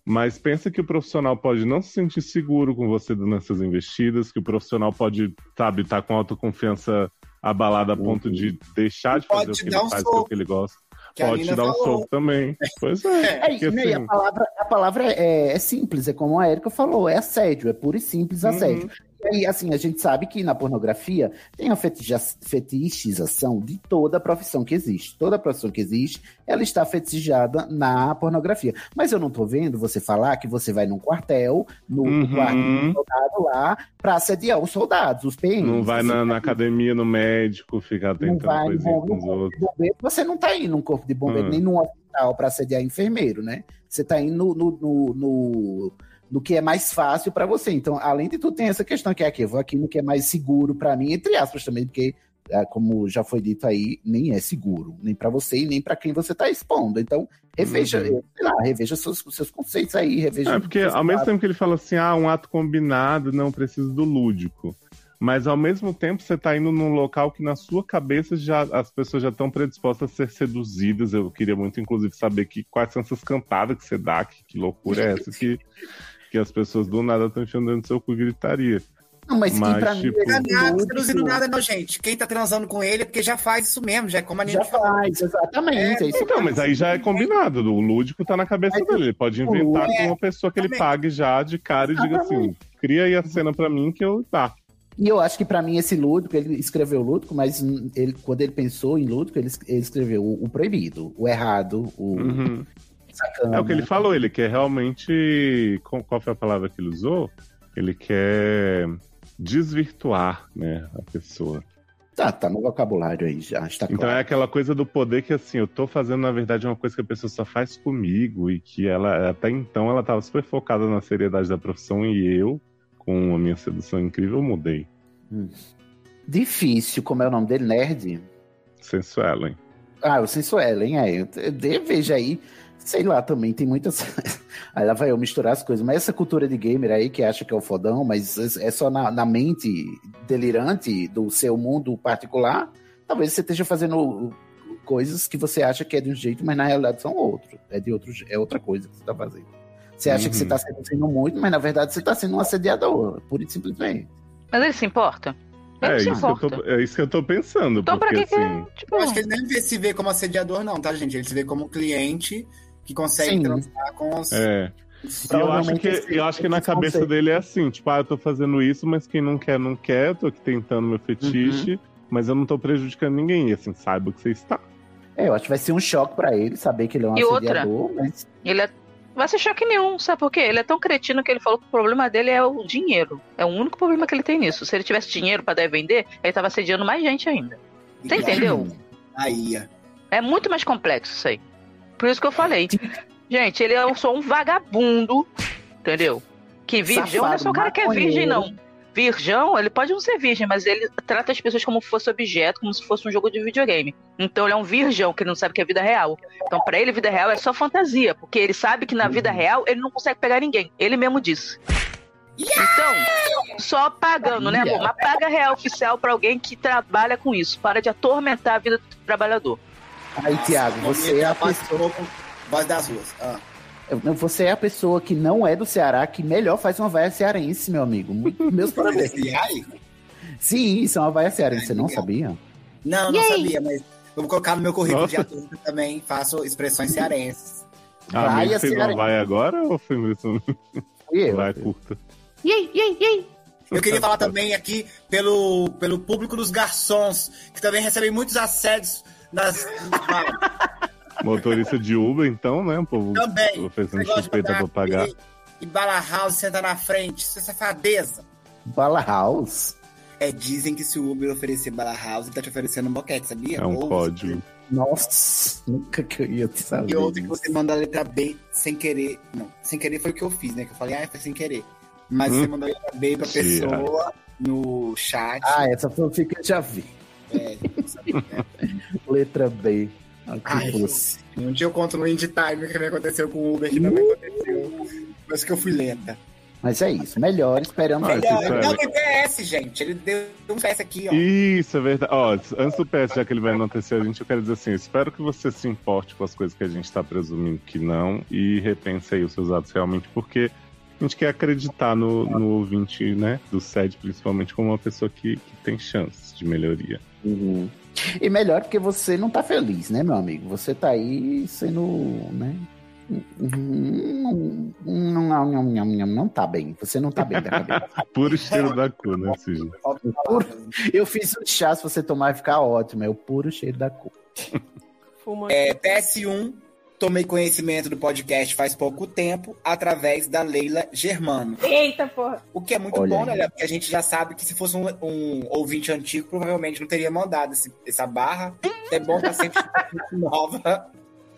S2: Mas pensa que o profissional pode não se sentir seguro com você dando essas investidas, que o profissional pode, sabe, estar com autoconfiança abalada a ponto de deixar de fazer
S1: Uhum. Pode
S2: o que
S1: dar
S2: ele
S1: um
S2: faz,
S1: soco,
S2: o que ele gosta.
S1: que a
S2: pode
S1: Nina
S2: te dar um
S1: falou.
S2: soco também. Pois é.
S1: É,
S2: porque
S1: e, né, e a
S2: assim-
S1: palavra, a palavra é, é simples, é como a Erika falou, é assédio, é puro e
S2: Uhum.
S1: simples assédio. E aí, assim, a gente sabe que na pornografia tem a fetija- fetichização de toda a profissão que existe. Toda a profissão que existe, ela está fetichizada na pornografia. Mas eu não tô vendo você falar que você vai num quartel, no no
S2: Uhum.
S1: quarto do soldado lá, pra assediar os soldados, os PMs.
S2: Não vai na, na academia, no médico, ficar tentando
S1: vai,
S2: coisinha
S1: não,
S2: com os outros.
S1: bombeiro, você não tá indo num corpo de bombeiro,
S2: Hum.
S1: nem num hospital para assediar enfermeiro, né? Você tá indo no, no, no, no, no que é mais fácil para você. Então, além de tudo, tem essa questão que é aqui, eu vou aqui no que é mais seguro para mim, entre aspas também, porque, ah, como já foi dito aí, nem é seguro, nem para você e nem para quem você tá expondo. Então, reveja,
S2: Uhum.
S1: sei lá, reveja seus, seus conceitos aí, reveja.
S2: É, porque ao mesmo tempo que ele fala assim, ah, um ato combinado, não preciso do lúdico. Mas ao mesmo tempo você tá indo num local que na sua cabeça já as pessoas já estão predispostas a ser seduzidas. Eu queria muito, inclusive, saber que, quais são essas cantadas que você dá, que, que loucura é essa que, que as pessoas do nada estão enfiando dentro do seu cu e gritaria.
S1: Não, mas
S6: que pra
S2: tipo,
S6: Não é nada, seduzindo nada, não, gente. Quem tá transando com ele é porque já faz isso mesmo, já é como a Nina
S1: Já faz, exatamente.
S2: Então, mas aí já é combinado. O lúdico tá na cabeça dele. Ele pode inventar
S1: É,
S2: com uma pessoa que ele pague já de cara e diga assim: cria aí a cena pra mim que eu tá.
S1: E eu acho que pra mim esse lúdico, ele escreveu lúdico, mas hum, ele, quando ele pensou em lúdico, ele, es- ele escreveu o, o proibido, o errado, o
S2: Uhum.
S1: sacana.
S2: É o que ele falou, ele quer realmente. com- Qual foi a palavra que ele usou? Ele quer desvirtuar né, a pessoa.
S1: Tá, tá no vocabulário aí já, está
S2: Então é aquela coisa do poder que, assim, eu tô fazendo, na verdade, uma coisa que a pessoa só faz comigo e que ela, até então, ela tava super focada na seriedade da profissão e eu, com a minha sedução incrível, mudei.
S1: Difícil, como é o nome dele, nerd?
S2: Sensuelen.
S1: Ah, o Sensuelen, é. Eu- eu- eu- Veja aí, sei lá, também tem muitas... aí lá vai eu misturar as coisas. Mas essa cultura de gamer aí, que acha que é o fodão, mas é é só na, na mente delirante do seu mundo particular, talvez você esteja fazendo coisas que você acha que é de um jeito, mas na realidade são outro. É de outro, je- é outra coisa que você está fazendo. Você acha que você
S2: Uhum.
S1: está seduzindo muito, mas na verdade você está sendo um assediador, pura e simplesmente.
S3: Mas ele se importa?
S2: É
S3: Ele se
S2: isso, que eu
S3: importa. Então,
S2: tô, é isso que eu tô pensando. porque, assim,
S3: tipo,
S6: Eu acho que ele nem vê- se vê como assediador, não, tá, gente? Ele se vê como cliente que consegue transar com os.
S2: É. E eu acho que, eu acho que na cabeça dele é assim, tipo, ah, eu tô fazendo isso, mas quem não quer, não quer, eu tô aqui tentando meu
S6: Uhum.
S2: fetiche, mas eu não tô prejudicando ninguém, e assim, saiba que você está.
S1: É, eu acho que vai ser um choque para ele saber que ele é um
S3: E outra,
S1: assediador, mas
S3: ele é... vai ser choque nenhum, sabe por quê? Ele é tão cretino que ele falou que o problema dele é o dinheiro. É o único problema que ele tem nisso. Se ele tivesse dinheiro pra dar e vender, ele tava assediando mais gente ainda. Você entendeu?
S6: Aí.
S3: É muito mais complexo isso aí. Por isso que eu falei. Gente, ele é só um vagabundo, entendeu? Que virgem,
S1: Safado,
S3: olha só, o cara que é
S1: maconheiro.
S3: virgem, não. virgão, ele pode não ser virgem, mas ele trata as pessoas como se fosse objeto, como se fosse um jogo de videogame. Então ele é um virgão que não sabe o que é vida real. Então pra ele vida real é só fantasia, porque ele sabe que na vida real ele não consegue pegar ninguém. Ele mesmo disse. Então, só pagando, né, amor? Mas paga real oficial pra alguém que trabalha com isso. Para de atormentar a vida do trabalhador.
S1: Aí, Tiago, você é a pessoa.
S6: Voz das ruas. Ah.
S1: Eu- não, Você é a pessoa que não é do Ceará que melhor faz uma vaia cearense, meu amigo. Mu- Meus parabéns. Sim, isso é uma vaia cearense. Você não sabia?
S6: Não, não sabia, mas eu vou colocar no meu currículo de ator que eu também faço expressões cearenses.
S2: Amigo,
S6: Vaia
S2: você não
S6: cearense.
S2: vai agora ou foi mesmo?
S1: Eu,
S2: vai curta.
S6: Yay, yay, yay. Eu queria falar
S2: tá.
S6: também aqui pelo, pelo público dos garçons, que também recebem muitos assédios nas.
S2: Motorista de Uber, então, né? O povo
S6: Também.
S2: oferecendo
S6: Negócio de
S2: chupeta pra
S6: mandar
S2: pagar.
S6: e- E Bala House senta na frente, isso é safadeza.
S1: Bala House?
S6: É, dizem que se o Uber oferecer Bala House, ele tá te oferecendo um boquete, sabia?
S2: É um
S6: Ou-
S2: código.
S1: Nossa, nunca que eu ia te saber.
S6: E outra que você manda a letra B sem querer. Não, sem querer foi o que eu fiz, né? Que eu falei, ah, foi sem querer. Mas
S1: Hum.
S6: você mandou a letra B pra
S2: é.
S1: Tia.
S6: pessoa no chat. né?
S1: Ah, essa fanfic eu já vi. Letra B. Ah, que
S6: Ai,
S1: doce.
S6: Um dia eu conto no Indie Time o que me aconteceu com o Uber, que também aconteceu. Mas que eu fui lenta.
S1: Mas é isso. Melhor esperando.
S2: Ah,
S1: que-
S2: você
S6: Não,
S2: sabe.
S6: tem PS, gente. Ele deu um PS aqui, ó.
S2: Isso, é verdade. Ó, antes do PS, já que ele vai enaltecer a gente, eu quero dizer assim: eu espero que você se importe com as coisas que a gente tá presumindo que não e repense aí os seus atos realmente, porque a gente quer acreditar no, no ouvinte, né? Do SED, principalmente, como uma pessoa que, que tem chances de melhoria.
S1: Uhum. E melhor porque você não tá feliz, né, meu amigo? Você tá aí sendo, né? Não, não, não, não, não, não, não tá bem. Você não tá bem da cabeça.
S2: Puro cheiro da cu, né, Cid?
S1: Puro- Eu fiz um chá, se você tomar, vai ficar ótimo. É o puro cheiro da cor.
S6: É, PS1, tomei conhecimento do podcast faz pouco tempo, através da Leila Germano.
S5: Eita porra!
S6: O que é muito
S5: Olha
S6: bom,
S5: aí.
S6: né, Léo? Porque a gente já sabe que se fosse um, um ouvinte antigo, provavelmente não teria mandado esse- essa barra. É bom estar sempre nova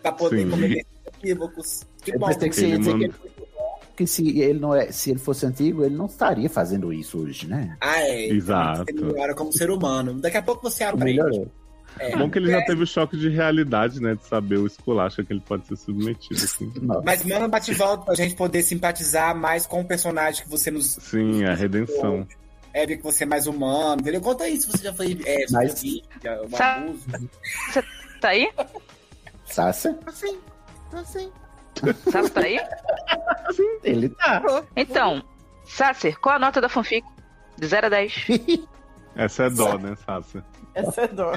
S6: pra poder
S1: Sim.
S6: cometer equívocos. Que
S1: Eu
S6: bom.
S1: pensei É, que você ia dizer que ele, é que se ele não é, se ele fosse antigo, ele não estaria fazendo isso hoje, né?
S6: Ah, é.
S2: Exato.
S6: Você melhora como ser humano. Daqui a pouco você aprende.
S1: Melhorou.
S6: É.
S2: Bom que ele já teve o choque de realidade, né? De saber o esculacho a que ele pode ser submetido, assim.
S6: Mas manda um bate-volta pra gente poder simpatizar mais com o personagem que você nos.
S2: Sim, a redenção.
S6: É, ver que você é mais humano, entendeu? Conta aí se você já foi. É,
S2: Mas-
S6: vítima, um
S3: Sa-
S6: abuso.
S3: Você tá aí?
S1: Sassa?
S4: assim,
S3: Sim, tô sim. Sassi tá aí?
S1: Ele tá.
S6: Ah.
S3: Então, Sassi, qual a nota da fanfic? De 0 a 10.
S2: Essa é dó, né, Sassi?
S5: Essa é dó.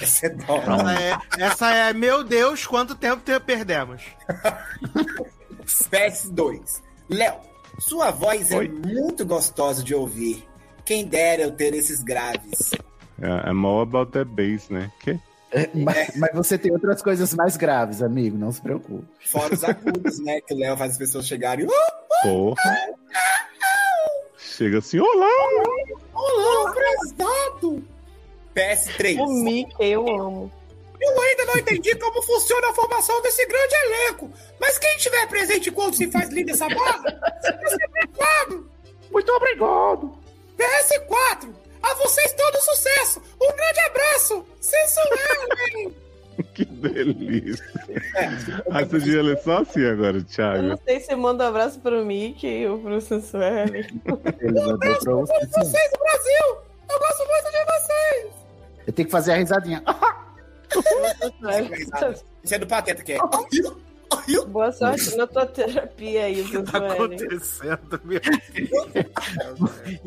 S6: Essa é dó.
S4: Essa é, essa é, meu Deus, quanto tempo te perdemos.
S6: PS2. Léo, sua voz é muito gostosa de ouvir. Quem dera eu ter esses graves.
S2: É, é more about the bass, né? Que?
S1: É, Mas, mas você tem outras coisas mais graves, amigo. Não se preocupe.
S6: Fora os agudos, né? Que o Léo faz as pessoas chegarem. "Uh,
S2: Porra. Chega assim, olá!
S6: Olá, prestado! PS3.
S5: O Mickey, eu amo.
S6: Eu ainda não entendi como funciona a formação desse grande elenco. Mas quem estiver presente quando se faz linda essa barra, vai ser obrigado.
S1: Muito obrigado.
S6: PS4. A vocês todo sucesso. Um grande abraço. Sensual,
S2: Que delícia. Ah, você devia ler só assim agora, Thiago.
S5: Não sei se manda um abraço pro Mickey ou pro Sensueli.
S1: Ele mandou pra você.
S6: vocês do Brasil. Eu gosto muito de vocês.
S1: Eu tenho que fazer a risadinha.
S6: Você é do Pateta, que é.
S5: Boa sorte na tua terapia aí, Sensueli.
S4: Tá Acontecendo, meu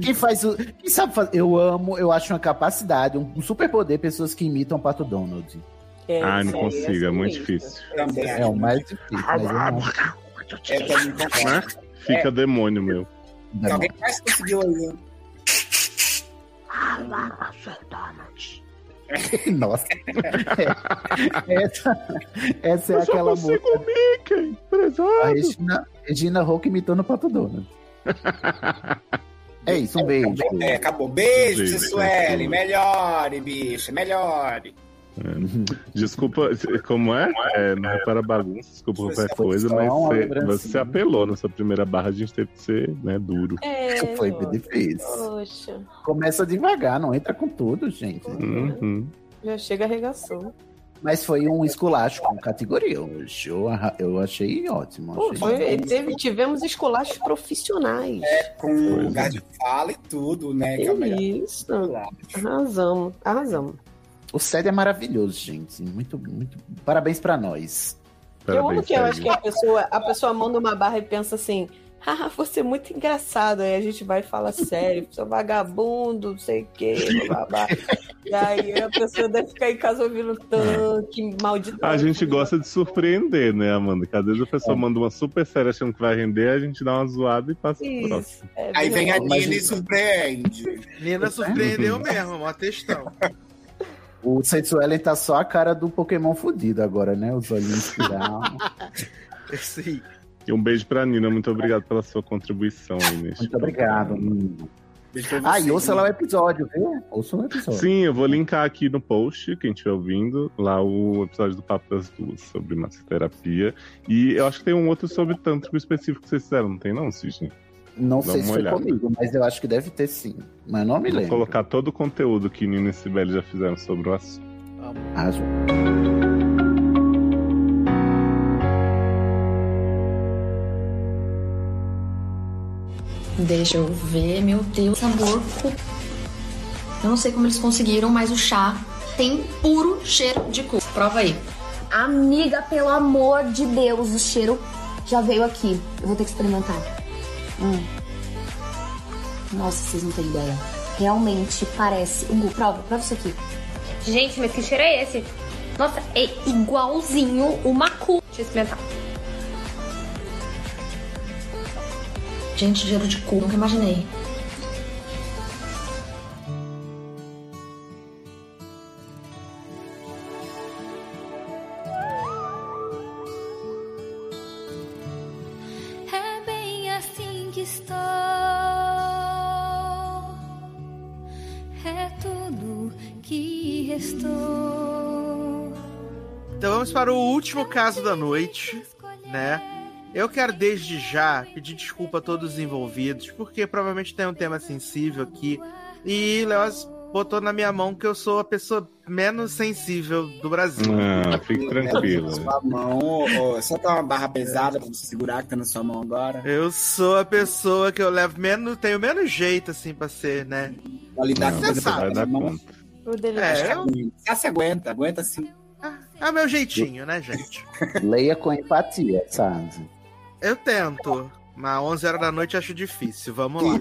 S1: Quem faz o. Quem sabe fazer. Eu amo, eu acho uma capacidade, um, um superpoder, pessoas que imitam o Pato Donald.
S2: Ah, não consigo, é muito difícil.
S6: um
S1: É o mais difícil. mas eu não-
S6: É,
S2: Né?
S13: É.
S2: Fica demônio, meu.
S6: tá Alguém mais conseguiu aí, hein?
S1: Nossa. É. Essa, essa é
S6: Eu só
S1: aquela
S6: consigo
S2: um Mickey,
S1: A Regina, Regina Hulk imitando o Pato Donald. É isso, um beijo.
S6: É, acabou. Beijo,
S1: Beijo,
S6: Sueli.
S1: Sueli.
S6: Melhore, bicha. Melhore.
S2: Desculpa, como é? É, não é para bagunça, desculpa
S1: Foi
S2: qualquer
S1: só-
S2: coisa,
S1: foi só
S13: é
S2: mas
S1: uma
S2: você,
S1: lembrancinha.
S2: você apelou na sua primeira barra, a gente teve que ser né, duro.
S13: É,
S1: Foi
S13: nossa.
S1: difícil.
S13: Poxa.
S1: Começa devagar, não entra com tudo, gente.
S2: Uhum.
S5: Já chega arregaçou.
S1: Mas foi um esculacho com categoria hoje. Eu, arra- eu achei ótimo.
S13: Pô,
S1: achei
S13: foi-
S1: bom.
S13: teve- tivemos escolachos profissionais.
S6: Com lugar de fala e tudo, né? Que é o melhor.
S13: Isso. Arrasamos, arrasamos.
S1: O Sede é maravilhoso, gente. Muito, muito. Parabéns pra nós.
S13: eu amo que eu acho que é a pessoa, a pessoa manda uma barra e pensa assim, ah, você é muito engraçado. Aí a gente vai e fala sério, você é vagabundo, não sei o quê, babá. E aí a pessoa deve ficar em casa ouvindo tanque, maldito.
S2: A gente gosta de surpreender, né, Amanda? Que às vezes a
S13: É.
S2: pessoa manda uma super série achando que vai render, a gente dá uma zoada e passa pro
S13: Isso,
S2: próximo.
S13: é
S6: Aí vem a Nina e
S2: Mas-
S6: surpreende.
S4: Nina surpreendeu mesmo, mó textão.
S1: O Sensuelen tá só a cara do Pokémon fudido agora, né? Os olhinhos tirados.
S4: Sim.
S2: E um beijo pra Nina, muito obrigado pela sua contribuição aí neste
S1: Muito obrigado, Nino.
S2: Ah,
S1: Ah, e ouça lá o episódio, viu? Ouça o episódio.
S2: Sim, eu vou linkar aqui no post, quem estiver ouvindo, lá o episódio do Papo das Duas sobre massoterapia. E eu acho que tem um outro sobre tântrico específico que vocês fizeram, não tem não, Cisne?
S1: Não
S2: Dá
S1: sei
S2: uma
S1: se foi
S2: olhada.
S1: comigo, mas eu acho que deve ter sim. Mas não me
S2: Vou
S1: lembro.
S2: colocar todo o conteúdo que Nina e Sibeli já fizeram sobre o assunto.
S1: Arrasou.
S14: Deixa eu ver, meu Deus, sabor. cu- Eu não sei como eles conseguiram, mas o chá tem puro cheiro de cu. Prova aí.
S11: Amiga, pelo amor de Deus, o cheiro já veio aqui. Eu vou ter que experimentar. Hum. Nossa, vocês não têm ideia. Realmente parece. Hugo, prova, prova isso aqui. Gente, mas que cheiro é esse? Nossa, é igualzinho uma cu. Deixa eu experimentar.
S14: Gente, cheiro de cu, nunca imaginei.
S15: É bem assim que estou. É tudo que restou.
S4: Então vamos para o último caso da noite, né? Eu quero desde já pedir desculpa a todos os envolvidos, porque provavelmente tem um tema sensível aqui. E Leoz botou na minha mão que eu sou a pessoa menos sensível do Brasil.
S2: Ah,
S1: Tá
S2: fique tranquila.
S6: né?
S1: né?
S6: Sua mão, ô, ô, só tá uma barra pesada pra você segurar que tá na sua mão agora.
S4: Eu sou a pessoa que eu levo menos, tenho menos jeito assim pra ser, né?
S6: Qualidade
S4: Você
S1: Tá
S6: que você tá
S4: sabe.
S6: vai
S1: né,
S6: dar conta.
S4: É, eu-
S6: Já se aguenta, aguenta sim.
S4: é o meu jeitinho, né, gente?
S1: Leia com empatia, sabe?
S4: Eu tento, mas 11 horas da noite eu acho difícil. Vamos lá.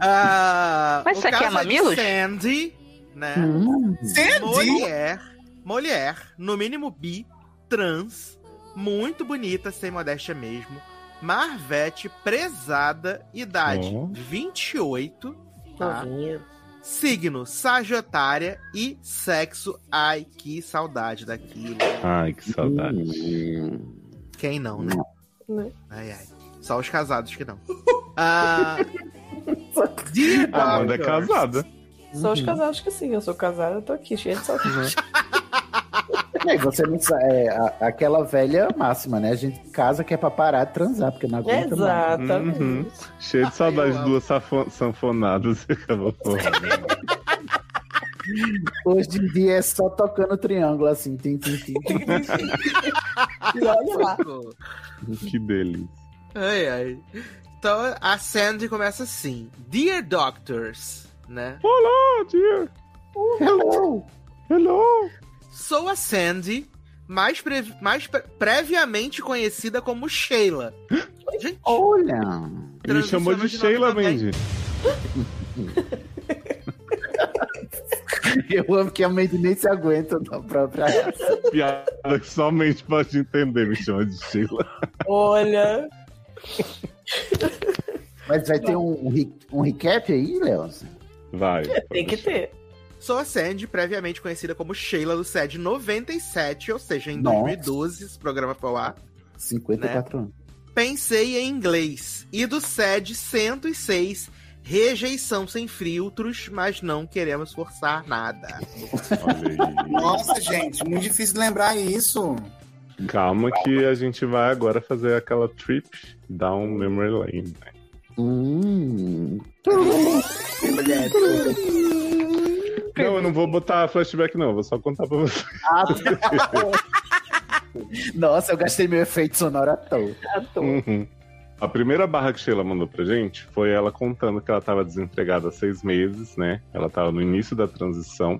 S4: Ah,
S3: Mas
S4: o
S3: isso aqui é
S4: caso de
S3: Mamilos?
S4: Sandy, né?
S3: Hum.
S6: Sandy?
S4: Mulher, mulher, no mínimo bi, trans, muito bonita, sem modéstia mesmo. Marvete, prezada, idade
S16: Ó.
S4: 28. Tá?
S16: Novinha.
S4: Signo, sagitária e sexo. Ai, que saudade daquilo.
S2: Ai, que
S1: Hum.
S2: saudade.
S4: Quem não, né?
S5: Né?
S4: Ai, ai. Só os casados que não. Ah, Dear
S2: A Amanda é
S4: Doctors.
S2: casada.
S5: Só os casados que sim, eu sou casada, eu tô aqui, cheia de saudade.
S1: É, você não sabe, é a- aquela velha máxima, né? A gente casa que é pra parar de transar, porque não aguenta mais.
S2: Uhum. Cheio de saudade de duas safo- sanfonadas. Acabou porra.
S1: Hoje em dia é só tocando triângulo, assim. Tim, tim, tim, tim, tim.
S5: E olha lá.
S2: que delícia.
S4: Ai, ai. Então a Sandy começa assim: Dear Doctors, né?
S2: Olá, Oh, dear.
S1: Hello.
S2: Hello.
S4: Sou a Sandy, mais, previ- mais pre- previamente conhecida como Sheila. Gente,
S1: Olha!
S2: Ele me chamou de Sheila Mendes.
S1: Eu amo que a Mandy nem se aguenta da própria raça.
S2: Piada que somente pode entender, me chama de Sheila.
S5: Olha.
S1: Mas vai ter um, um, re- um recap aí, Léo?
S2: Vai.
S5: Tem que ter.
S4: Sou a Sandy, previamente conhecida como Sheila do SED 97, ou seja, em
S1: Nossa.
S4: 2012, esse programa foi ao ar.
S1: 54 anos.
S4: Pensei em inglês. E do SED 106 Rejeição sem filtros, mas não queremos forçar nada.
S6: Nossa, gente, muito difícil lembrar isso.
S2: Calma que a gente vai agora fazer aquela trip down memory lane. Hum. Não, eu não vou botar flashback, não. Vou só contar pra você.
S1: Nossa, eu gastei meu efeito sonoro à toa.
S2: Uhum. A primeira barra que Sheila mandou pra gente foi ela contando que ela tava desempregada há seis meses, né? Ela tava no início da transição.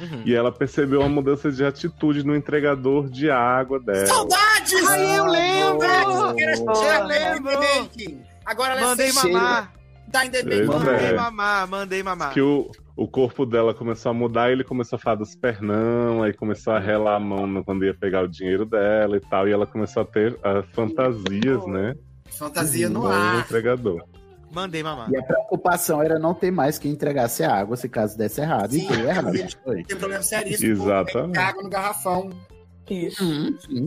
S1: Uhum.
S2: E ela percebeu uma mudança de atitude no entregador de água
S4: é-
S2: dela.
S6: Saudades!
S4: Ai, eu lembro!
S6: Eu
S4: Boa.
S6: lembro! Nick. Agora ela
S4: Mandei
S6: se-
S4: mamar.
S6: Tá independente.
S2: Pois
S4: Mandei
S2: é.
S4: mamar, mandei mamar.
S2: Que o, o corpo dela começou a mudar, e ele começou a falar dos pernão, aí começou a relar a mão no- quando ia pegar o dinheiro dela e tal. E ela começou a ter ah, fantasias, né?
S6: Fantasia no
S2: Com o
S6: ar.
S2: entregador.
S4: Mandei mamar.
S1: E a preocupação era não ter mais que entregasse a água se caso desse errado. e deu errado. Foi.
S6: Tem problema seríssimo.
S2: Exatamente.
S6: Tem água no garrafão.
S5: Isso.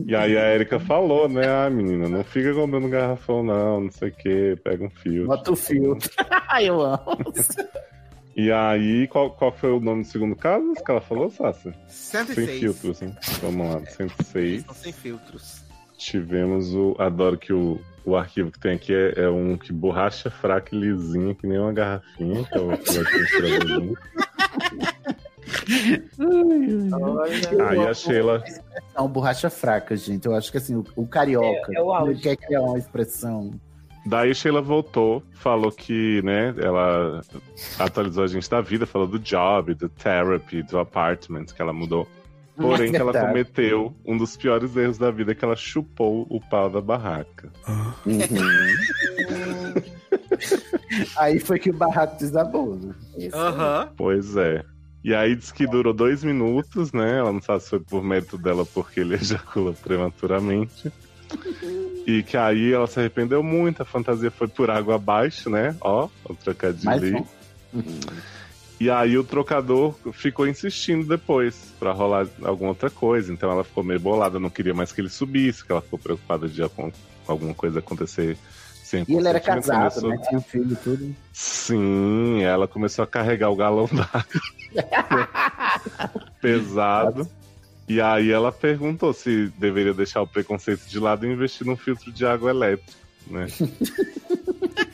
S2: E aí a Erika falou, né? Ah, menina, não fica comprando garrafão, não, não sei o quê, pega um fio.
S1: Bota o filtro. Ai, eu amo.
S2: E aí, qual, qual foi o nome do segundo caso que ela falou, Sassi?
S4: 106.
S2: Sem filtros, hein? Vamos lá, 106.
S4: São sem filtros.
S2: Tivemos o. Adoro que o, o arquivo que tem aqui é, é um que borracha fraca e lisinha, que nem uma garrafinha. Que eu, que eu acho que eu escrevi junto. Aí a Sheila.
S1: Não, borracha fraca, gente. Eu acho que assim, o, o carioca.
S5: É, é o auge.
S1: Ele quer criar uma expressão.
S2: Daí Sheila voltou, falou que, né, ela atualizou a gente da vida, falou do job, do therapy, do apartment que ela mudou. Porém, que ela
S1: é Verdade.
S2: cometeu um dos piores erros da vida, que ela chupou o pau da barraca.
S1: Uhum. Aí foi que o barraco desabou. né?
S4: Aham.
S2: Pois é. E aí diz que durou dois minutos, né? Ela não sabe se foi por mérito dela porque ele ejaculou prematuramente. E que aí ela se arrependeu muito, a fantasia foi por água abaixo, né? Ó, o trocadilho.
S1: Mais
S2: aí.
S1: um.
S2: E aí o trocador ficou insistindo depois pra rolar alguma outra coisa. Então ela ficou meio bolada, não queria mais que ele subisse, que ela ficou preocupada de acon- alguma coisa acontecer sem
S1: E ele era
S2: consentimento.
S1: casado,
S2: Começou-
S1: né? Tinha filho e tudo.
S2: Sim, ela começou a carregar o galão d'água pesado. E aí ela perguntou se deveria deixar o preconceito de lado e investir num filtro de água elétrica, né?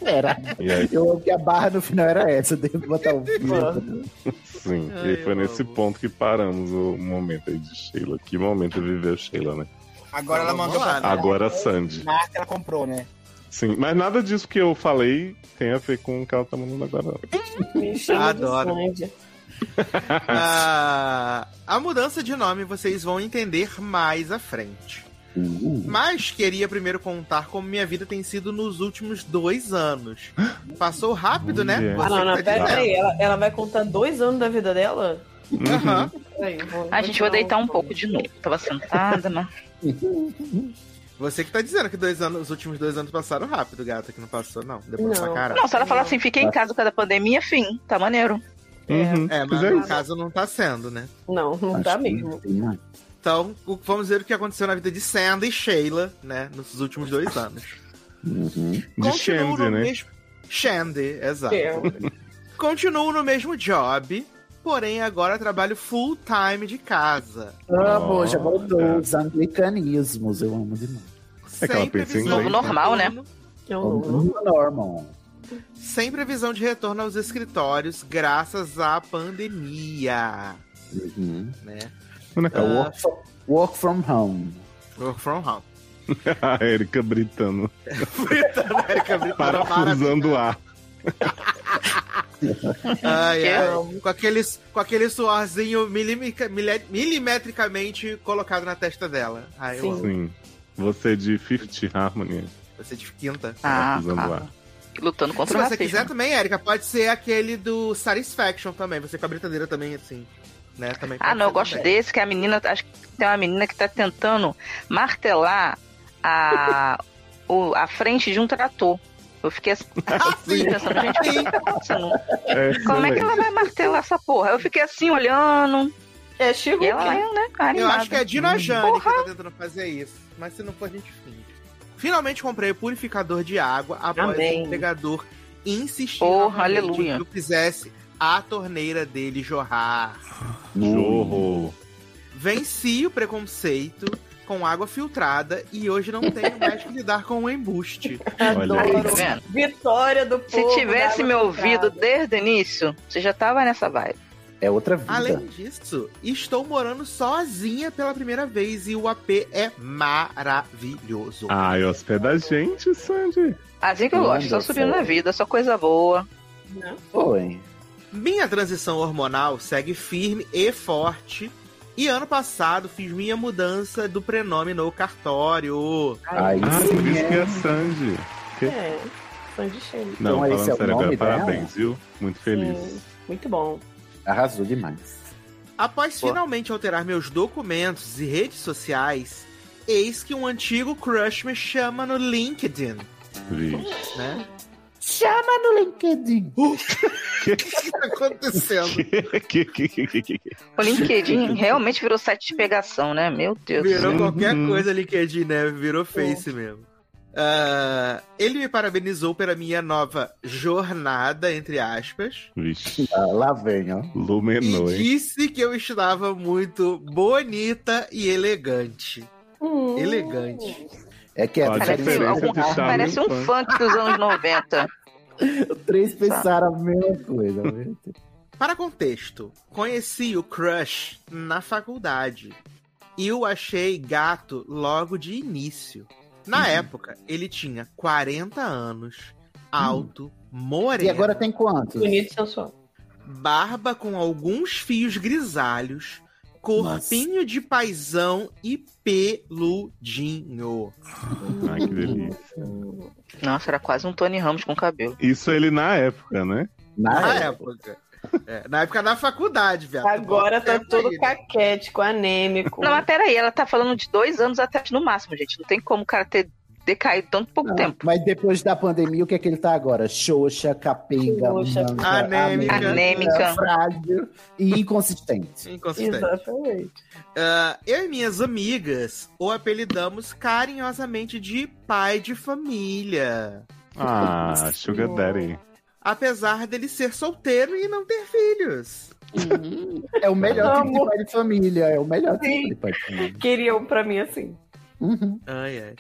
S1: Era.
S2: E aí?
S1: Eu amo que a barra no final era essa. Devo botar o filtro.
S2: Sim, e foi nesse ponto que paramos o momento aí de Sheila. Que momento viveu Sheila, né?
S6: Agora
S4: Então
S6: ela mandou
S4: né?
S6: pra
S4: É.
S2: Agora Sandy.
S6: marca que ela comprou, né?
S2: Sim, mas nada disso que eu falei tem a ver com o que ela tá mandando agora. não.
S5: Me chama de
S4: Adoro.
S5: Sandy.
S4: Ah, a mudança de nome vocês vão entender mais à frente. Mas queria primeiro contar como minha vida tem sido nos últimos dois anos. Passou rápido, né?
S2: Mulher.
S5: Ah, não,
S4: que
S5: não,
S4: tá
S5: pera
S4: dizendo.
S5: aí. Ela, ela vai contar dois anos da vida dela?
S2: Uhum.
S5: Peraí, eu vou-
S3: A gente vai deitar um pouco de novo. Tava sentada, né?
S4: Você que tá dizendo que dois anos, os últimos dois anos passaram rápido, gata, que não passou, não. Deu pra
S3: Não.
S4: caralho.
S3: Não, se ela falar assim, fiquei em casa por causa da pandemia, fim. Tá maneiro.
S2: Uhum.
S4: É, mas
S2: Pois é
S4: no
S2: isso.
S4: caso não tá sendo, né?
S5: Não, não dá mesmo.
S4: Então, o- vamos ver o que aconteceu na vida de Sandy e Sheila, né, nos últimos dois anos.
S1: Uhum.
S2: De
S4: Continuo
S2: Shandy,
S4: no
S2: né?
S4: mesmo- Shandy, exato.
S5: É.
S4: Continuo no mesmo job, porém agora trabalho full time de casa.
S1: Amo, Ah,
S2: Nossa.
S1: já voltou. Os anglicanismos, eu amo demais.
S2: É que ela pensa em
S4: Sem previsão
S2: inglês,
S4: de
S2: né?
S3: Normal, né?
S4: retorno-
S5: Eu não.
S1: Normal. Normal.
S4: Sem previsão de retorno aos escritórios, graças à pandemia.
S1: Uhum.
S4: Né?
S2: Como é que é?
S4: Ah.
S1: Work, from, work from home.
S4: Work from home.
S2: A
S4: É.
S2: Erika Britano.
S4: Britana, Erika Britana,
S2: Parafusando o ar.
S4: Ai, ai. Com, aquele, com aquele suorzinho milimica- mile- milimetricamente colocado na testa dela. Ai, eu amo.
S2: Sim. Você é de Fifth Harmony.
S4: Você de quinta.
S3: Ah,
S2: Parafusando o ar.
S3: Lutando
S4: Se
S3: contra o
S4: você
S3: racismo.
S4: quiser também, Erika, pode ser aquele do Satisfaction também. Você com a britadeira também, assim. Né? Também
S3: Ah,
S4: pode
S3: não, eu
S4: ser
S3: gosto
S4: também.
S3: desse, que a menina. Acho que tem uma menina que tá tentando martelar a, o- a frente de um trator. Eu fiquei assim, pensando, gente, o que tá acontecendo? Como é que ela vai martelar essa porra? Eu fiquei assim, olhando.
S5: É, chegou
S3: E ela,
S5: aqui.
S3: né,
S4: Eu
S3: animada.
S4: acho que é a Dina Jane que tá tentando fazer isso. Mas se não for, a gente finge. Finalmente comprei o purificador de água após
S5: Amém.
S4: o entregador insistiram
S3: Oh,
S4: realmente
S3: aleluia.
S4: que eu fizesse a torneira dele jorrar.
S1: Hum.
S2: Jorro.
S4: Venci o preconceito com água filtrada e hoje não tenho mais que lidar com o embuste.
S2: Olha aí. Adoro.
S3: Tá vendo?
S5: Vitória do
S3: Se tivesse me ouvido desde o início, você já tava nessa vibe.
S1: É outra vida.
S4: Além disso, estou morando sozinha pela primeira vez e o AP é maravilhoso.
S2: Ai, hospeda Ah, a gente, Sandy.
S3: Assim que eu gosto, só
S4: Wonderful.
S3: subindo na vida, só coisa boa.
S1: Foi.
S4: Minha transição hormonal segue firme e forte. E ano passado fiz minha mudança do prenome no cartório.
S1: Ai,
S2: Ah, por isso que é Sandy. Que-
S5: É, Sandy Shane.
S2: Não,
S1: Então,
S2: falando
S1: esse é o
S2: sério
S1: nome
S2: agora,
S1: dela?
S2: parabéns, viu? Muito feliz.
S5: Hum, Muito bom.
S1: Arrasou demais.
S4: Após
S1: Pô.
S4: finalmente alterar meus documentos e redes sociais, eis que um antigo crush me chama no LinkedIn. Né?
S1: Chama no LinkedIn.
S4: O que tá acontecendo?
S2: Que- que- que- que- que- que-
S3: O LinkedIn realmente virou site de pegação, né? Meu Deus.
S4: Virou
S3: Uhum.
S4: qualquer coisa LinkedIn, né? Virou Face mesmo. Ah, ele me parabenizou pela minha nova jornada, entre aspas.
S2: Vixe.
S1: Ah, lá vem, ó.
S2: Lumenou, hein?
S4: Disse que eu estava muito bonita e elegante.
S5: Hum.
S1: Uh.
S4: Elegante.
S1: É que é
S2: Olha a
S1: três-
S2: diferença
S1: algum-
S2: de estar
S3: Parece um
S2: limpando.
S3: funk dos anos 90.
S1: Três pensaram a mesma coisa. né?
S4: Para contexto, conheci o Crush na faculdade e o achei gato logo de início. Na época, ele tinha 40 anos, alto, moreno.
S1: E agora tem quantos?
S5: Bonito e sensual.
S4: barba com alguns fios grisalhos, corpinho de paisão e peludinho.
S2: Ai, que delícia.
S3: Nossa, era quase um Tony Ramos com cabelo.
S2: Isso ele na época, né?
S1: Ah,
S4: Na,
S3: Ah,
S4: época. É, na época da faculdade, velho.
S5: Agora tá todo caquético, anêmico.
S3: Não, mas peraí, ela tá falando de dois anos atrás no máximo, gente. Não tem como o cara ter decaído tanto pouco
S1: Não,
S3: é. tempo.
S1: Mas depois da pandemia, o que é que ele tá agora? Xoxa, capenga,
S3: Xoxa,
S1: manca,
S4: anêmica.
S3: Anêmica.
S1: frágil e inconsistente.
S4: Inconsistente.
S5: Exatamente.
S4: Ah, eu e minhas amigas o apelidamos carinhosamente de pai de família.
S2: Ah, Sugar Daddy.
S4: Apesar dele ser solteiro e não ter filhos.
S1: É o melhor tipo de
S5: Amor.
S1: pai de família. É o melhor
S5: Sim.
S1: tipo de pai de família.
S5: Queriam pra mim assim.
S1: Uhum.
S4: Ai, ai.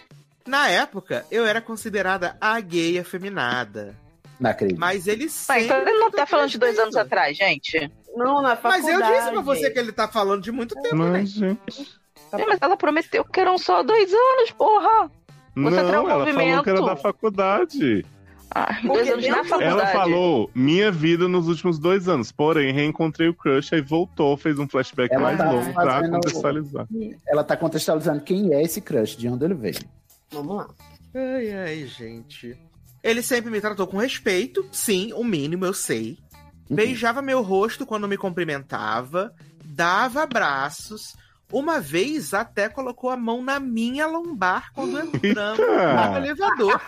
S4: Na época, eu era considerada a gay afeminada.
S1: Não acredito.
S4: Mas ele
S3: Tá,
S4: sempre.
S3: então ele não tá falando de dois anos atrás, gente.
S5: Não, na
S4: Mas eu
S5: faculdade.
S4: disse pra você que ele tá falando de muito tempo, né?
S2: Mas, gente.
S3: É, mas ela prometeu que eram só dois anos, porra! Você tem
S2: Não, ela
S3: um
S2: falou que era
S3: movimento.
S2: da faculdade.
S3: Ah, dois
S5: Porque
S3: anos na
S5: dentro-
S2: É,
S3: faculdade.
S2: Ela falou minha vida nos últimos dois anos, porém reencontrei o crush aí voltou, fez um flashback
S1: Ela
S2: mais
S1: tá
S2: longo pra
S1: fazendo-
S2: contextualizar.
S1: Ela tá contextualizando quem é esse crush, de onde ele veio.
S5: Vamos lá.
S4: Ai, ai, gente. Ele sempre me tratou com respeito, sim, o mínimo, eu sei.
S1: Uhum.
S2: Uhum.
S4: Beijava meu rosto quando me cumprimentava, dava abraços. Uma vez até colocou a mão na minha lombar quando entramos no
S2: Eita!
S4: elevador.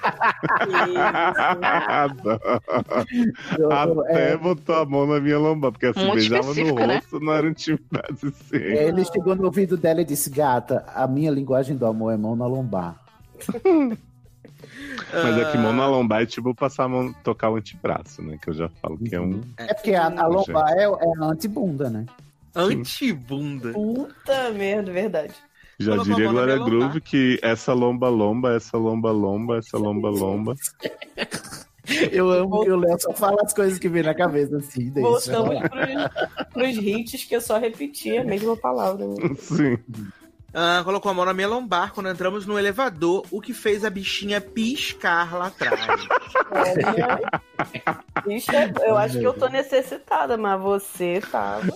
S2: Até
S1: É.
S2: botou a mão na minha lombar, porque
S4: Um
S2: assim,
S3: Muito
S2: beijava no
S3: específico, né?
S2: rosto, não era intimidade sim.
S1: é, Ele chegou no ouvido dela e disse: Gata, a minha linguagem do amor é mão na lombar.
S2: Mas é que mão na lombar é tipo passar a mão, tocar o antebraço, né? Que eu já falo que é um.
S1: É porque a, a lombar é, é a antibunda, né?
S4: Ah, Antibunda.
S5: Puta merda, verdade.
S2: Já
S4: Colocou a
S2: diria
S4: mão na
S2: Glória
S4: minha lombar.
S2: Groove que essa lomba lomba, essa lomba lomba, essa lomba lomba.
S1: Eu amo que o Léo só fala as coisas que vem na cabeça, assim. Deixa.
S5: Voltamos pros, pros hits que eu só repetia a mesma palavra. né?
S2: Sim.
S4: Ah, colocou a mão na minha lombar quando entramos no elevador, o que fez a bichinha piscar lá atrás.
S5: Olha, Bicho, é, eu acho que eu tô necessitada, mas você tava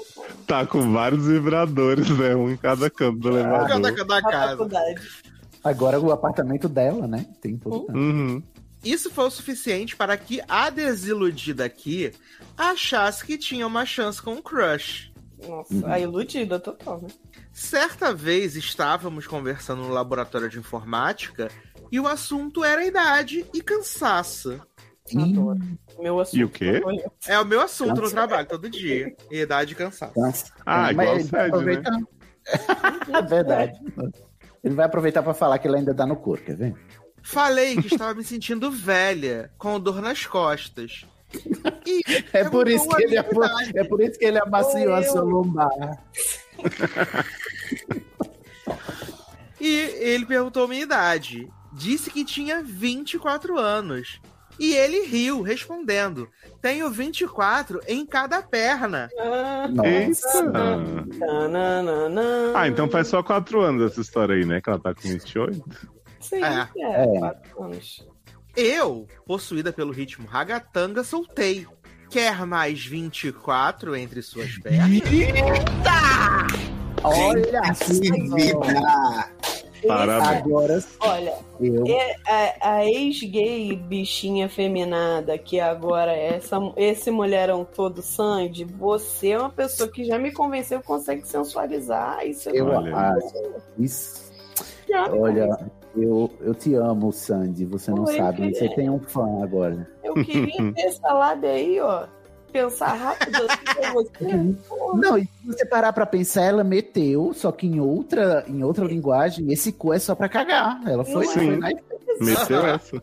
S2: Tá com vários vibradores, né? Um em cada canto do elevador.
S4: tá da, da
S5: na
S4: casa.
S5: faculdade.
S1: Agora o apartamento dela, né? Tem tudo.
S2: Uhum.
S4: Isso foi o suficiente para que a desiludida aqui achasse que tinha uma chance com o crush.
S5: Nossa, a iludida total, né?
S4: Certa vez estávamos conversando no laboratório de informática e o assunto era a idade e cansaço.
S5: Adoro. Tá Meu assunto.
S2: E o quê?
S5: olha,
S4: É o meu assunto no
S1: Cansaço.
S4: trabalho todo dia. Idade e cansaço.
S1: É,
S2: Ah, igual
S1: tá
S2: o Fred, né?
S1: aproveitar. É verdade. Ele vai aproveitar pra falar que ele ainda dá no corpo, quer ver?
S4: Falei que estava me sentindo velha, com dor nas costas.
S1: É por, isso que ele,
S4: amigo
S1: abo- é por isso que ele amaciou a sua lombar.
S4: E ele perguntou minha idade. Disse que tinha 24 anos. E ele riu, respondendo: Tenho 24 em cada perna.
S5: Ah,
S2: Eita. Ah, então faz só quatro anos essa história aí, né? Que ela tá com 28.
S4: Sim,
S2: é, quatro
S4: anos. Eu, possuída pelo ritmo ragatanga, soltei. Quer mais 24 entre suas pernas?
S5: Eita!
S1: Olha
S5: Parabéns.
S1: Agora sim.
S13: Olha,
S1: Eu-
S13: é- a, a ex-gay bichinha feminada que agora é essa, esse mulherão todo sangue, você é uma pessoa que já me convenceu que consegue sensualizar. Isso é
S1: Eu
S13: maravilhoso.
S1: acho. Isso.
S13: Já me
S1: Olha, eu, eu te amo, Sandy. Você não
S13: Oi,
S1: sabe.
S13: querida.
S1: Você tem um fã agora.
S13: Eu queria ter essa lábia aí, ó. Pensar rápido assim pra você.
S1: Não, e se você parar pra pensar, ela meteu, só que em outra, em outra linguagem, esse cu é só pra cagar. Ela foi,
S2: Sim.
S1: foi na-
S2: Meteu essa.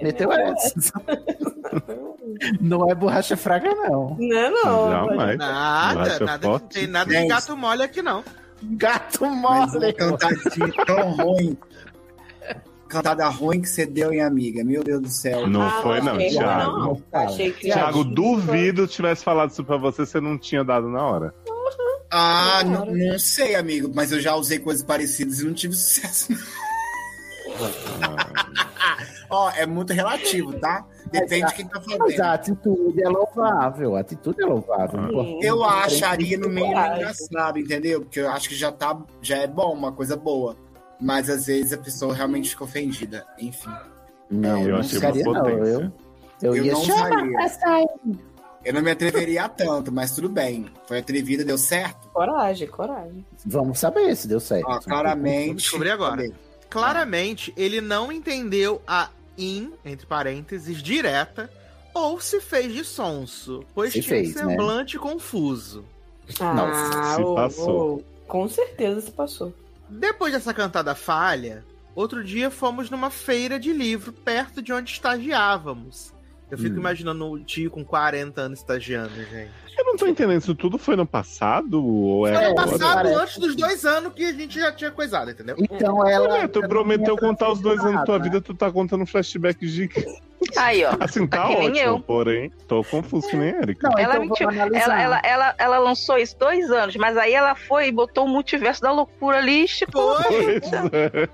S1: meteu essa. não é borracha fraca, não.
S13: Não,
S4: não.
S2: Jamais.
S4: Nada,
S2: Borracha
S4: nada,
S2: forte.
S4: tem nada de
S1: Gente.
S4: gato mole aqui não.
S1: Gato tá
S4: mole.
S6: Cantadinha um tão ruim. Cantada ruim que você deu, hein, amiga? Meu Deus do céu.
S2: Não foi, não, Thiago. Thiago, duvido tivesse falado isso pra você, você não tinha dado na hora.
S6: Ah, n- não, sei, amigo, mas eu já usei coisas parecidas e não tive sucesso. Ó, é muito relativo, tá? Depende de quem tá
S1: Mas a
S6: fazendo.
S1: atitude é louvável. A atitude é louvável. importante.
S6: Eu acharia no meio engraçado, entendeu? Porque eu acho que já tá, já é bom, uma coisa boa. Mas às vezes a pessoa realmente fica ofendida. Enfim.
S1: Não,
S6: eu
S1: eu não
S6: achei
S1: ficaria,
S6: uma
S1: não.
S6: potência.
S1: Eu, eu,
S6: Eu
S1: ia
S6: não
S1: chamar
S6: faria.
S1: pra sair.
S6: Eu não me atreveria a tanto, mas tudo bem. Foi atrevida, deu certo?
S13: Coragem, coragem.
S1: Vamos saber se deu certo.
S6: Ó, claramente.
S4: Vamos descobrir agora. Claramente, ele não entendeu a in, entre parênteses, direta, ou se fez de sonso, pois
S1: Se
S4: tinha um
S1: fez, né?
S4: semblante confuso.
S13: Ah,
S4: se
S13: ô,
S4: passou.
S13: ô, com certeza se passou.
S4: Depois dessa cantada falha, outro dia fomos numa feira de livro perto de onde estagiávamos. Eu fico
S2: Hum.
S4: imaginando o tio com 40 anos estagiando, gente.
S2: Eu não tô entendendo, isso tudo foi no passado? Ou é
S4: Foi
S2: agora?
S4: passado antes dos dois anos que a gente já tinha coisado, entendeu?
S1: Então ela.
S2: Olha, É, tu prometeu contar os dois anos da tua vida, tu tá contando um flashback de.
S3: Aí, ó.
S2: Assim, tá
S3: Aqui nem
S2: ótimo,
S3: eu.
S2: porém, tô confuso que nem a Erika.
S1: então
S3: ela mentiu.
S1: é.
S3: Ela, ela, ela, ela lançou isso dois anos, mas aí ela foi e botou o multiverso da loucura ali e esticou.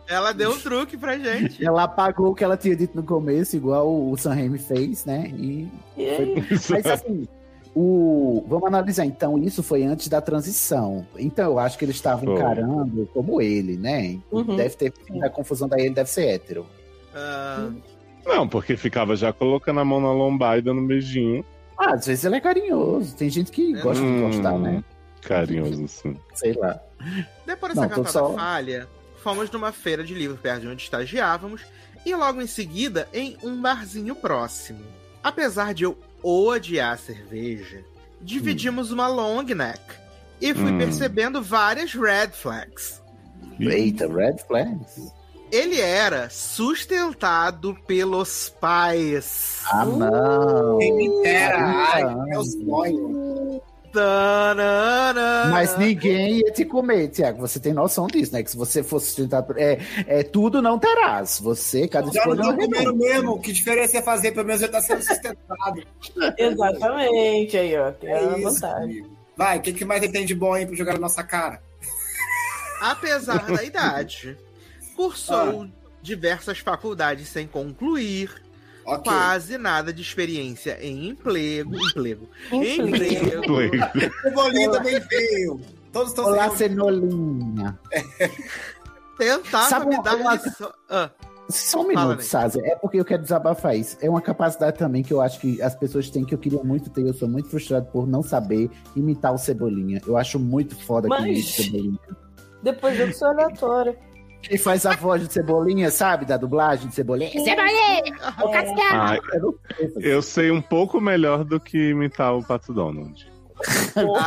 S4: Ela deu um truque pra gente.
S1: Ela apagou o que ela tinha dito no começo, igual o Sam Raimi fez, né? E.
S13: E
S1: foi-
S13: aí?
S1: Mas
S2: é-
S1: assim, o... vamos analisar. Então, isso foi antes da transição. Então, eu acho que ele estava
S2: Foi.
S1: encarando como ele, né?
S2: Uhum.
S1: Deve ter. A confusão daí, ele deve ser hétero.
S4: Ah,
S2: Não, porque ficava já colocando a mão na lombar e dando um beijinho.
S1: Ah, às vezes ele é carinhoso. Tem gente que gosta de gostar,
S2: Hum,
S1: né?
S2: Carinhoso, sim.
S1: Sei lá.
S4: Depois
S1: Não,
S4: dessa
S1: tô
S4: cantada
S1: só-
S4: falha, fomos numa feira de livro perto de onde estagiávamos e logo em seguida em um barzinho próximo. Apesar de eu odiar a cerveja, dividimos uma long neck e fui
S1: Hum.
S4: percebendo várias red flags.
S1: Eita, red flags.
S4: Ele era sustentado pelos pais.
S1: Ah, não.
S6: Quem me dera, ai,
S1: Não.
S6: meu sonho.
S4: Tanana.
S1: Mas ninguém ia te comer, Tiago. Você tem noção disso, né? Que se você fosse sustentar. É, é, tudo não terás. Você, cada
S6: Já não
S1: escolha. é
S6: tô
S1: um
S6: comendo
S1: remédio.
S6: mesmo. Que diferença ia fazer? Pelo menos eu tá sendo sustentado.
S13: Exatamente, aí, ó. Tem
S6: É
S13: a
S6: isso,
S13: vantagem.
S6: Vai, o que, que mais ele tem de bom aí pra jogar na nossa cara?
S4: apesar da idade.
S1: Ah.
S4: Cursou diversas faculdades sem concluir. Quase nada de experiência em emprego. Emprego.
S6: Emprego.
S4: Emprego.
S6: O Bolinho também veio. Todos estão
S1: Olá, cenolinha.
S4: Tentava
S1: Sabe
S4: me
S1: uma-
S4: dar
S1: uma-
S4: lição. Ah,
S1: Só um
S4: Fala,
S1: minuto,
S4: Ney.
S1: Sazi. É porque eu quero desabafar isso. É uma capacidade também que eu acho que as pessoas têm, que eu queria muito ter. Eu sou muito frustrado por não saber imitar o Cebolinha. Eu acho muito foda
S13: Mas-
S1: que imita o Cebolinha.
S13: Depois eu que sou aleatória.
S1: Quem faz a voz de Cebolinha, sabe? Da dublagem de Cebolinha.
S13: É.
S2: Ah, eu sei um pouco melhor do que imitar o Pato Donald.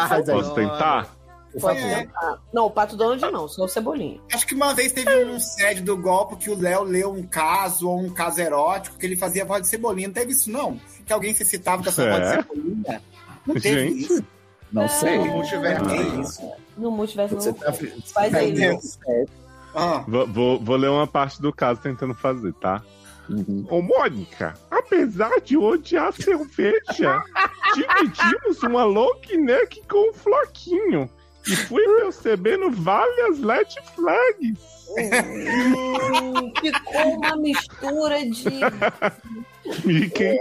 S1: Faz aí.
S2: Posso tentar?
S1: por
S5: Pode
S1: favor.
S5: tentar. Não, o Pato Donald não, só o Cebolinha.
S6: É, Acho que uma vez teve um sede do golpe que o Léo leu um caso ou um caso erótico que ele fazia voz de cebolinha. Não teve isso, não? Que alguém se citava com essa
S1: É?
S6: voz de cebolinha. Não teve
S1: Gente.
S6: isso.
S1: Não sei.
S6: Não tiver
S1: Ah.
S6: isso.
S5: No multiverso
S1: Você
S5: não.
S1: tá-
S5: Faz aí,
S1: Meu
S5: Léo.
S1: Deus.
S6: Ah.
S2: Vou, vou- vou ler uma parte do caso tentando fazer, tá?
S1: Uhum.
S2: Ô, Mônica, apesar de odiar cerveja, dividimos uma long neck com um floquinho. E fui percebendo várias red flags.
S5: Hum, Ficou uma mistura de
S2: Mickey.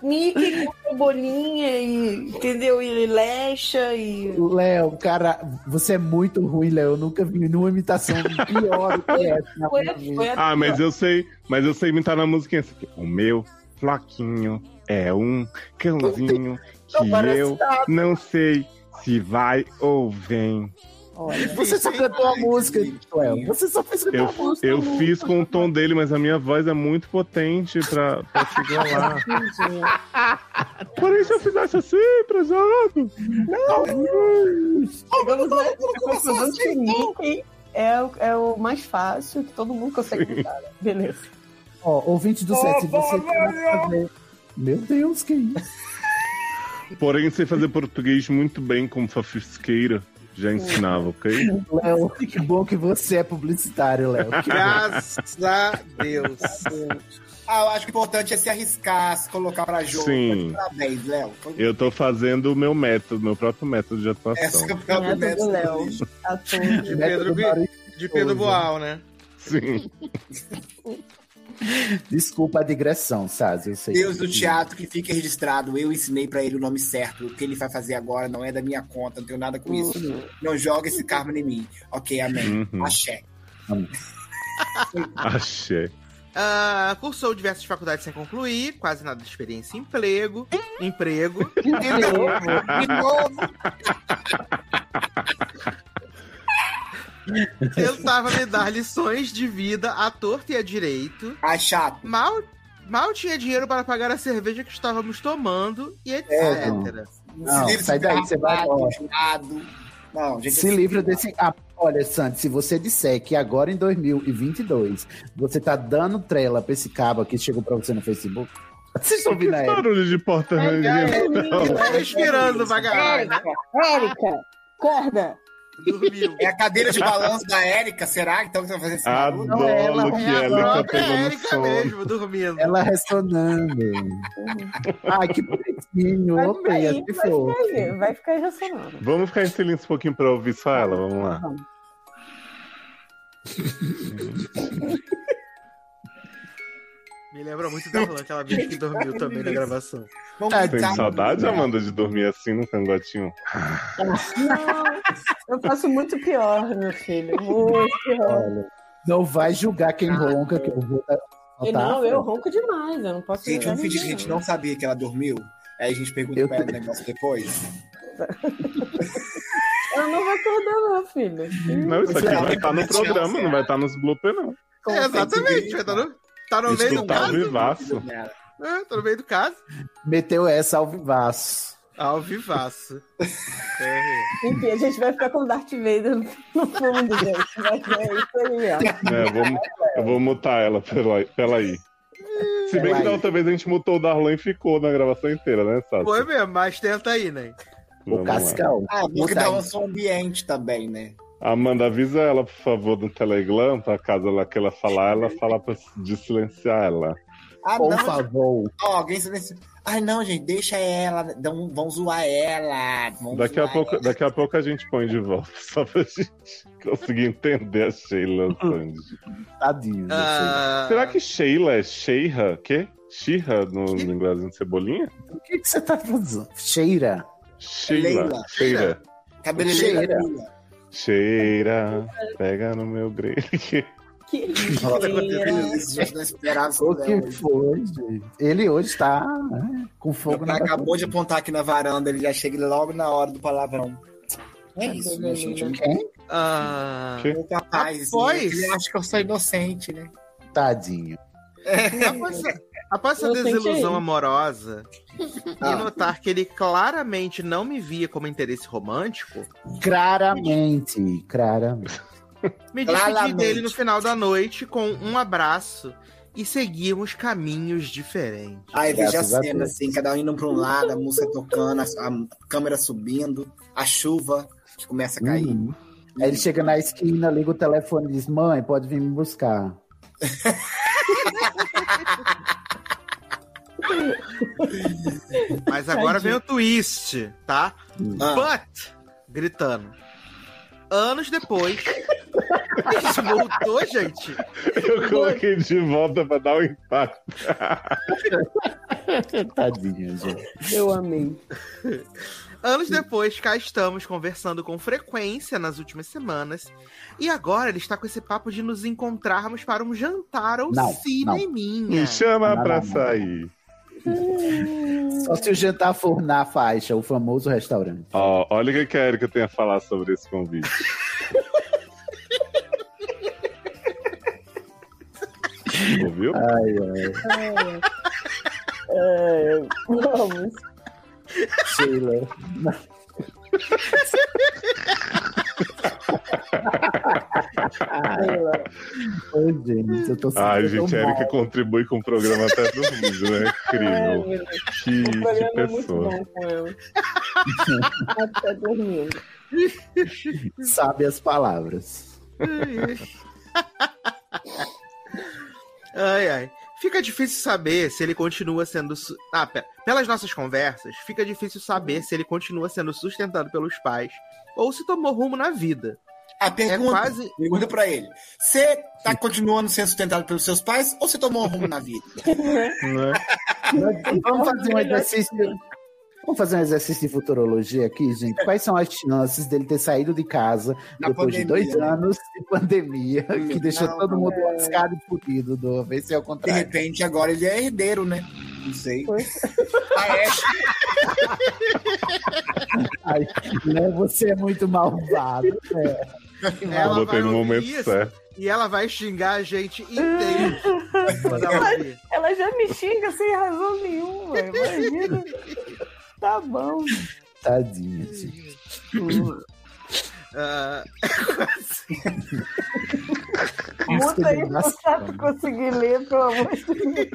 S5: Mickey com Cebolinha e. Entendeu? E Lecha e.
S1: Léo, cara, você é muito ruim, Léo. Eu nunca vi nenhuma imitação pior do que essa. na minha vida.
S2: Ah, mas eu sei, mas eu sei imitar na musiquinha. essa aqui. é O meu floquinho é um cãozinho que
S1: Não parece
S2: eu
S1: nada.
S2: não sei se vai ou vem.
S1: Olha, você só cantou a música, Léo. Você só fez cantar
S2: Eu,
S1: a música.
S2: eu fiz com o tom dele, mas a minha voz é muito potente pra, pra chegar lá. Por isso eu fizesse assim, prezado.
S5: Chegamos na
S6: Ah,
S5: conclusão de que Mickey é, o- é o mais fácil que todo mundo consegue usar. né? Beleza.
S1: Ó, ouvinte do
S5: Ô,
S1: set, se você
S5: Valério!
S1: quiser fazer... Meu Deus, que isso?
S2: Porém, sei fazer português muito bem como Fafisqueira. Já ensinava, ok?
S1: Léo, que bom que você é publicitário, Léo. Que bom.
S4: Graças a Deus.
S6: Ah, eu acho que o importante é se arriscar, se colocar pra jogo.
S2: Sim.
S6: Parabéns, Léo.
S2: Eu tô fazendo o meu método, meu próprio método de atuação.
S6: Essa é o próprio método Léo.
S4: De Pedro, Bi- de Pedro Boal, né?
S2: Sim.
S1: Desculpa a digressão, Saz. Eu sei.
S6: Deus do teatro que fica registrado. Eu ensinei pra ele o nome certo. O que ele vai fazer agora não é da minha conta, não tenho nada com isso. Não joga esse karma em mim. Ok, amém.
S1: Hum.
S2: Uhum.
S6: Axé.
S2: Achei.
S4: Ah, cursou diversas faculdades sem concluir, quase nada de experiência em emprego. Emprego. De
S5: novo.
S4: De novo. Tentava me dar lições de vida à torta e à direito.
S6: Ai, chato.
S4: Mal, mal tinha dinheiro para pagar a cerveja que estávamos tomando e etc.
S1: É, não. Não, sai daí, você vai embora.
S6: Não, gente, assim,
S1: se livra desse. Ah, olha, Sandy, se você disser que agora em 2022 você tá dando trela pra esse cabo aqui que chegou pra você no Facebook, vocês estão
S2: Que
S1: ouvindo aí?
S2: barulho de porta rangendo.
S4: Tá
S1: É,
S4: respirando, vagabundo.
S5: Érica, acorda.
S6: É a cadeira de balanço da Érica, será? Então que você vai fazer esse
S1: Ah,
S6: barulho?
S2: Adoro que
S6: é a
S2: ela tá
S6: própria
S2: pegando
S6: Érica
S2: sono.
S4: Mesmo, dormindo.
S1: Ela ressonando.
S5: Uhum.
S1: Ai, que bonitinho. Amei,
S5: Aí,
S1: acho que
S5: vai
S1: foi.
S5: ficar aí, vai ficar aí ressonando.
S2: Vamos ficar em silêncio um pouquinho pra ouvir só ela, vamos lá.
S4: Me lembra muito da Rolan, aquela bicha que dormiu também na gravação.
S1: Tá,
S2: Tem saudade, Amanda, de dormir assim num cangotinho?
S5: Não, eu faço muito pior, meu filho. Muito pior.
S1: Olha, não vai julgar quem ronca, que eu vou dar.
S5: Ah.
S1: tá?
S5: E não, eu ronco demais, eu não posso
S6: Gente,
S5: julgar
S6: vamos fingir que a
S5: ninguém,
S6: gente não sabia que ela dormiu. Aí a gente pergunta pra ela o negócio depois.
S5: Ela não vai acordar, não, filho.
S2: Não, isso aqui vai estar no
S4: assim,
S2: programa, não vai estar nos bloopers, não.
S4: É, exatamente, vai tá no, tá no meio do
S2: Escutar ao
S4: caso.
S2: vivaço.
S6: Né?
S4: É, tá no meio do caso.
S1: Meteu essa ao vivaço.
S4: Ao vivaço. É.
S5: Enfim, a gente vai ficar com o Darth Vader no fundo, gente. Vai ser isso aí mesmo.
S2: É, eu, vou, mu- eu vou mutar ela pela, pela aí. Se bem que da outra vez a gente mutou o Darlan e ficou na gravação inteira, né, Sato?
S4: Foi mesmo, mas tenta aí, né?
S2: Vamos lá.
S6: Ah, porque dá um som ambiente também, né?
S2: Amanda, avisa ela, por favor, no Telegram, pra caso ela queira falar, ela fala pra de silenciar ela.
S6: Ah,
S2: Por
S6: não,
S1: favor.
S6: Ó, alguém silenciou. Ai, não, gente, deixa ela. dão- um, Vão zoar ela. Vão
S2: Daqui a,
S6: zoar
S2: pouco, daqui a pouco a gente põe de volta, só pra gente conseguir entender a Sheila Sandy.
S1: Tadinho.
S4: Ah.
S2: Será que Sheila é Sheira? Quê? Sheira no, no inglês de cebolinha?
S1: O que, que você tá fazendo? Cheira.
S2: Sheila.
S1: Leila.
S2: Sheira.
S6: Cabeleireira
S1: Cheira.
S2: Cheira, pega no meu grelho.
S5: Que
S6: isso, gente, não esperava isso
S1: O
S6: dela
S1: que
S6: hoje.
S1: foi, gente? Ele hoje tá né, com
S6: Meu
S1: fogo
S6: pai
S1: na
S6: acabou de apontar aqui na varanda, ele já chega logo na hora do palavrão. É isso,
S5: Tá
S6: né, gente? assim,
S1: Quem?
S4: Ah,
S6: Meu capaz.
S4: Após-
S6: né? Ele acha que eu sou inocente, né?
S1: Tadinho.
S4: após, Após essa
S5: Eu tentei.
S4: desilusão amorosa
S1: Ah.
S4: e notar que ele claramente não me via como interesse romântico,
S1: Claramente, claramente.
S4: me despedi
S1: Claramente.
S4: dele no final da noite com um abraço e seguimos caminhos diferentes.
S1: Ah,
S6: Aí veja a
S4: Graças a
S6: cena,
S4: Deus.
S6: assim, cada um indo pra um lado, a música tocando, a, a câmera subindo, a chuva que começa a cair.
S1: Uhum. Aí ele chega na esquina, liga o telefone e diz: Mãe, pode vir me buscar.
S4: Mas agora vem
S1: Tadinho.
S4: o twist, tá?
S6: Ah.
S4: But! Gritando. Anos depois. Gente, voltou, gente.
S2: Eu coloquei de volta pra dar um impacto.
S1: Tadinha, gente.
S5: Eu amei.
S4: Anos depois, cá estamos conversando com frequência nas últimas semanas. E agora ele está com esse papo de nos encontrarmos para um jantar ou
S1: Não,
S4: cineminha.
S2: Me chama
S1: Não,
S2: pra
S1: não, não.
S2: sair.
S1: Só se o jantar for na faixa, o famoso restaurante.
S2: Ó, olha o que que a Erika tem a falar sobre esse convite. Ouviu?
S1: Ai,
S5: ai. É, vamos.
S1: Sheila. Ai, gente, eu tô
S5: Ah,
S2: Ai,
S1: eu tô
S2: gente, é a
S1: mal.
S2: Erika contribui com o programa até dormindo, né?
S5: Ai,
S2: Incrível. que,
S5: É, meu Deus. o programa
S2: que
S5: é muito
S2: pessoa.
S5: bom com ela. Até dormindo.
S1: Sabe as palavras.
S4: Ai, ai. Fica difícil saber se ele continua sendo. su- Ah, pe- pelas nossas conversas, fica difícil saber se ele continua sendo sustentado pelos pais ou se tomou rumo na vida. É
S6: A pergunta,
S4: quase-
S6: pergunta pra ele. Você tá continuando sendo sustentado pelos seus pais ou você tomou um rumo na vida?
S2: né?
S1: Vamos fazer um exercício. Vamos fazer um exercício de futurologia aqui, gente. Quais são as chances dele ter saído de casa
S6: Na
S1: depois de dois
S6: pandemia, né? Hum,
S1: anos de pandemia, que deixou
S6: Não,
S1: todo mundo
S6: é.
S1: lascado e fudido do uma vez se é o
S6: De
S1: contrário?
S6: repente, agora ele é herdeiro, né? Não sei. Ah, é? A Ashley,
S1: Ai, né, você é muito malvado. É.
S4: Ela
S2: botei
S4: vai
S2: no
S4: ouvir
S2: um momento
S4: isso
S2: certo.
S4: E ela vai xingar a gente inteiro. quando ela ouvir.
S5: Ela já me xinga sem razão nenhuma, imagina. Tá bom.
S1: Tadinha, gente.
S4: Ah,
S5: Muta aí pro Sato conseguir ler, pelo amor de Deus.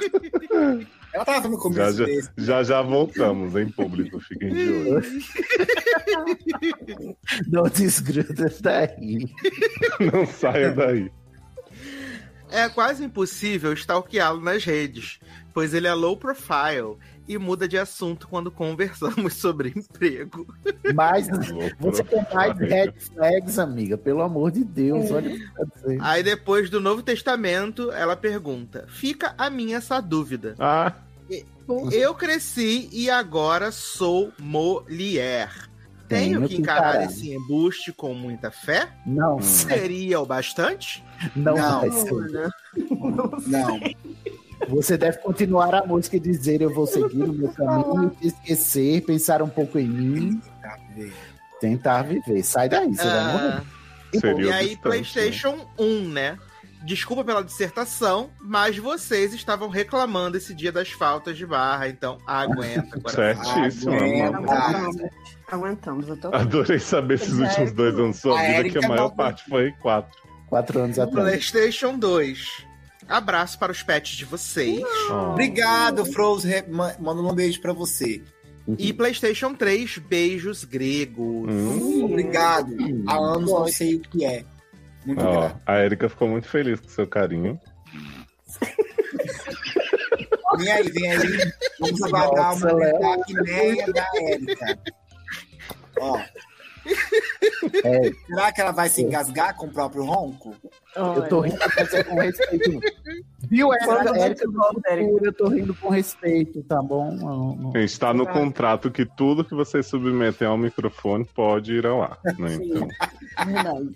S6: ela tava no
S2: Já
S6: começo
S2: já,
S6: desse.
S2: já já voltamos, hein, público? Fiquem de olho.
S1: Não desgruda tá daí.
S2: Não saia daí.
S4: é quase impossível stalkeá-lo nas redes, pois ele é low profile e muda de assunto quando conversamos sobre emprego.
S1: Mas você tem mais red flags, amiga. Pelo amor de
S6: É.
S1: Deus, olha o que tá dizendo.
S4: Aí depois do Novo Testamento, ela pergunta: fica a minha essa dúvida.
S2: Ah.
S4: Eu cresci e agora sou mulher. Tenho, que encarar, esse embuste com muita fé?
S1: Não.
S6: Hum.
S4: Seria o bastante?
S1: Não, vai ser.
S6: Não.
S1: Você deve continuar a música e dizer eu vou seguir o meu caminho, te esquecer, pensar um pouco em mim, tentar viver. Sai daí, você vai morrer.
S4: Ah, E, e aí, PlayStation 1, né? Desculpa pela dissertação, mas vocês estavam reclamando esse dia das faltas de barra, então aguenta.
S2: É
S4: coração.
S2: Certíssimo,
S4: Aguenta.
S2: amor.
S13: Aguentamos, eu tô.
S2: Adorei saber esses últimos dois anos da sua
S4: A
S2: vida, que
S4: Erika
S2: a maior
S4: não-
S2: parte foi quatro.
S1: Quatro anos atrás.
S4: PlayStation 2. Abraço para os pets de vocês.
S2: Ah.
S6: Obrigado, Froze. Re- ma- Manda um beijo pra você.
S4: E PlayStation 3, beijos gregos.
S2: Hum.
S6: Obrigado. Há anos não sei o que é. Muito
S2: Ó,
S6: obrigado.
S2: a Erika ficou muito feliz com seu carinho.
S6: Vem aí, vem aí. Vamos aguardar
S1: Nossa,
S6: uma
S1: Léo.
S6: Tá meia da Érica. Ó.
S1: É.
S6: Será que ela vai se engasgar com o próprio ronco?
S1: Eu tô rindo mas é com respeito. Viu,
S6: Quando
S1: Érica?
S6: você
S1: Érica, eu tô rindo com respeito, tá bom? Não, não.
S2: Gente, está no
S1: Ah.
S2: contrato que tudo que vocês submetem ao microfone pode ir ao ar, né? Então,
S13: Verdade.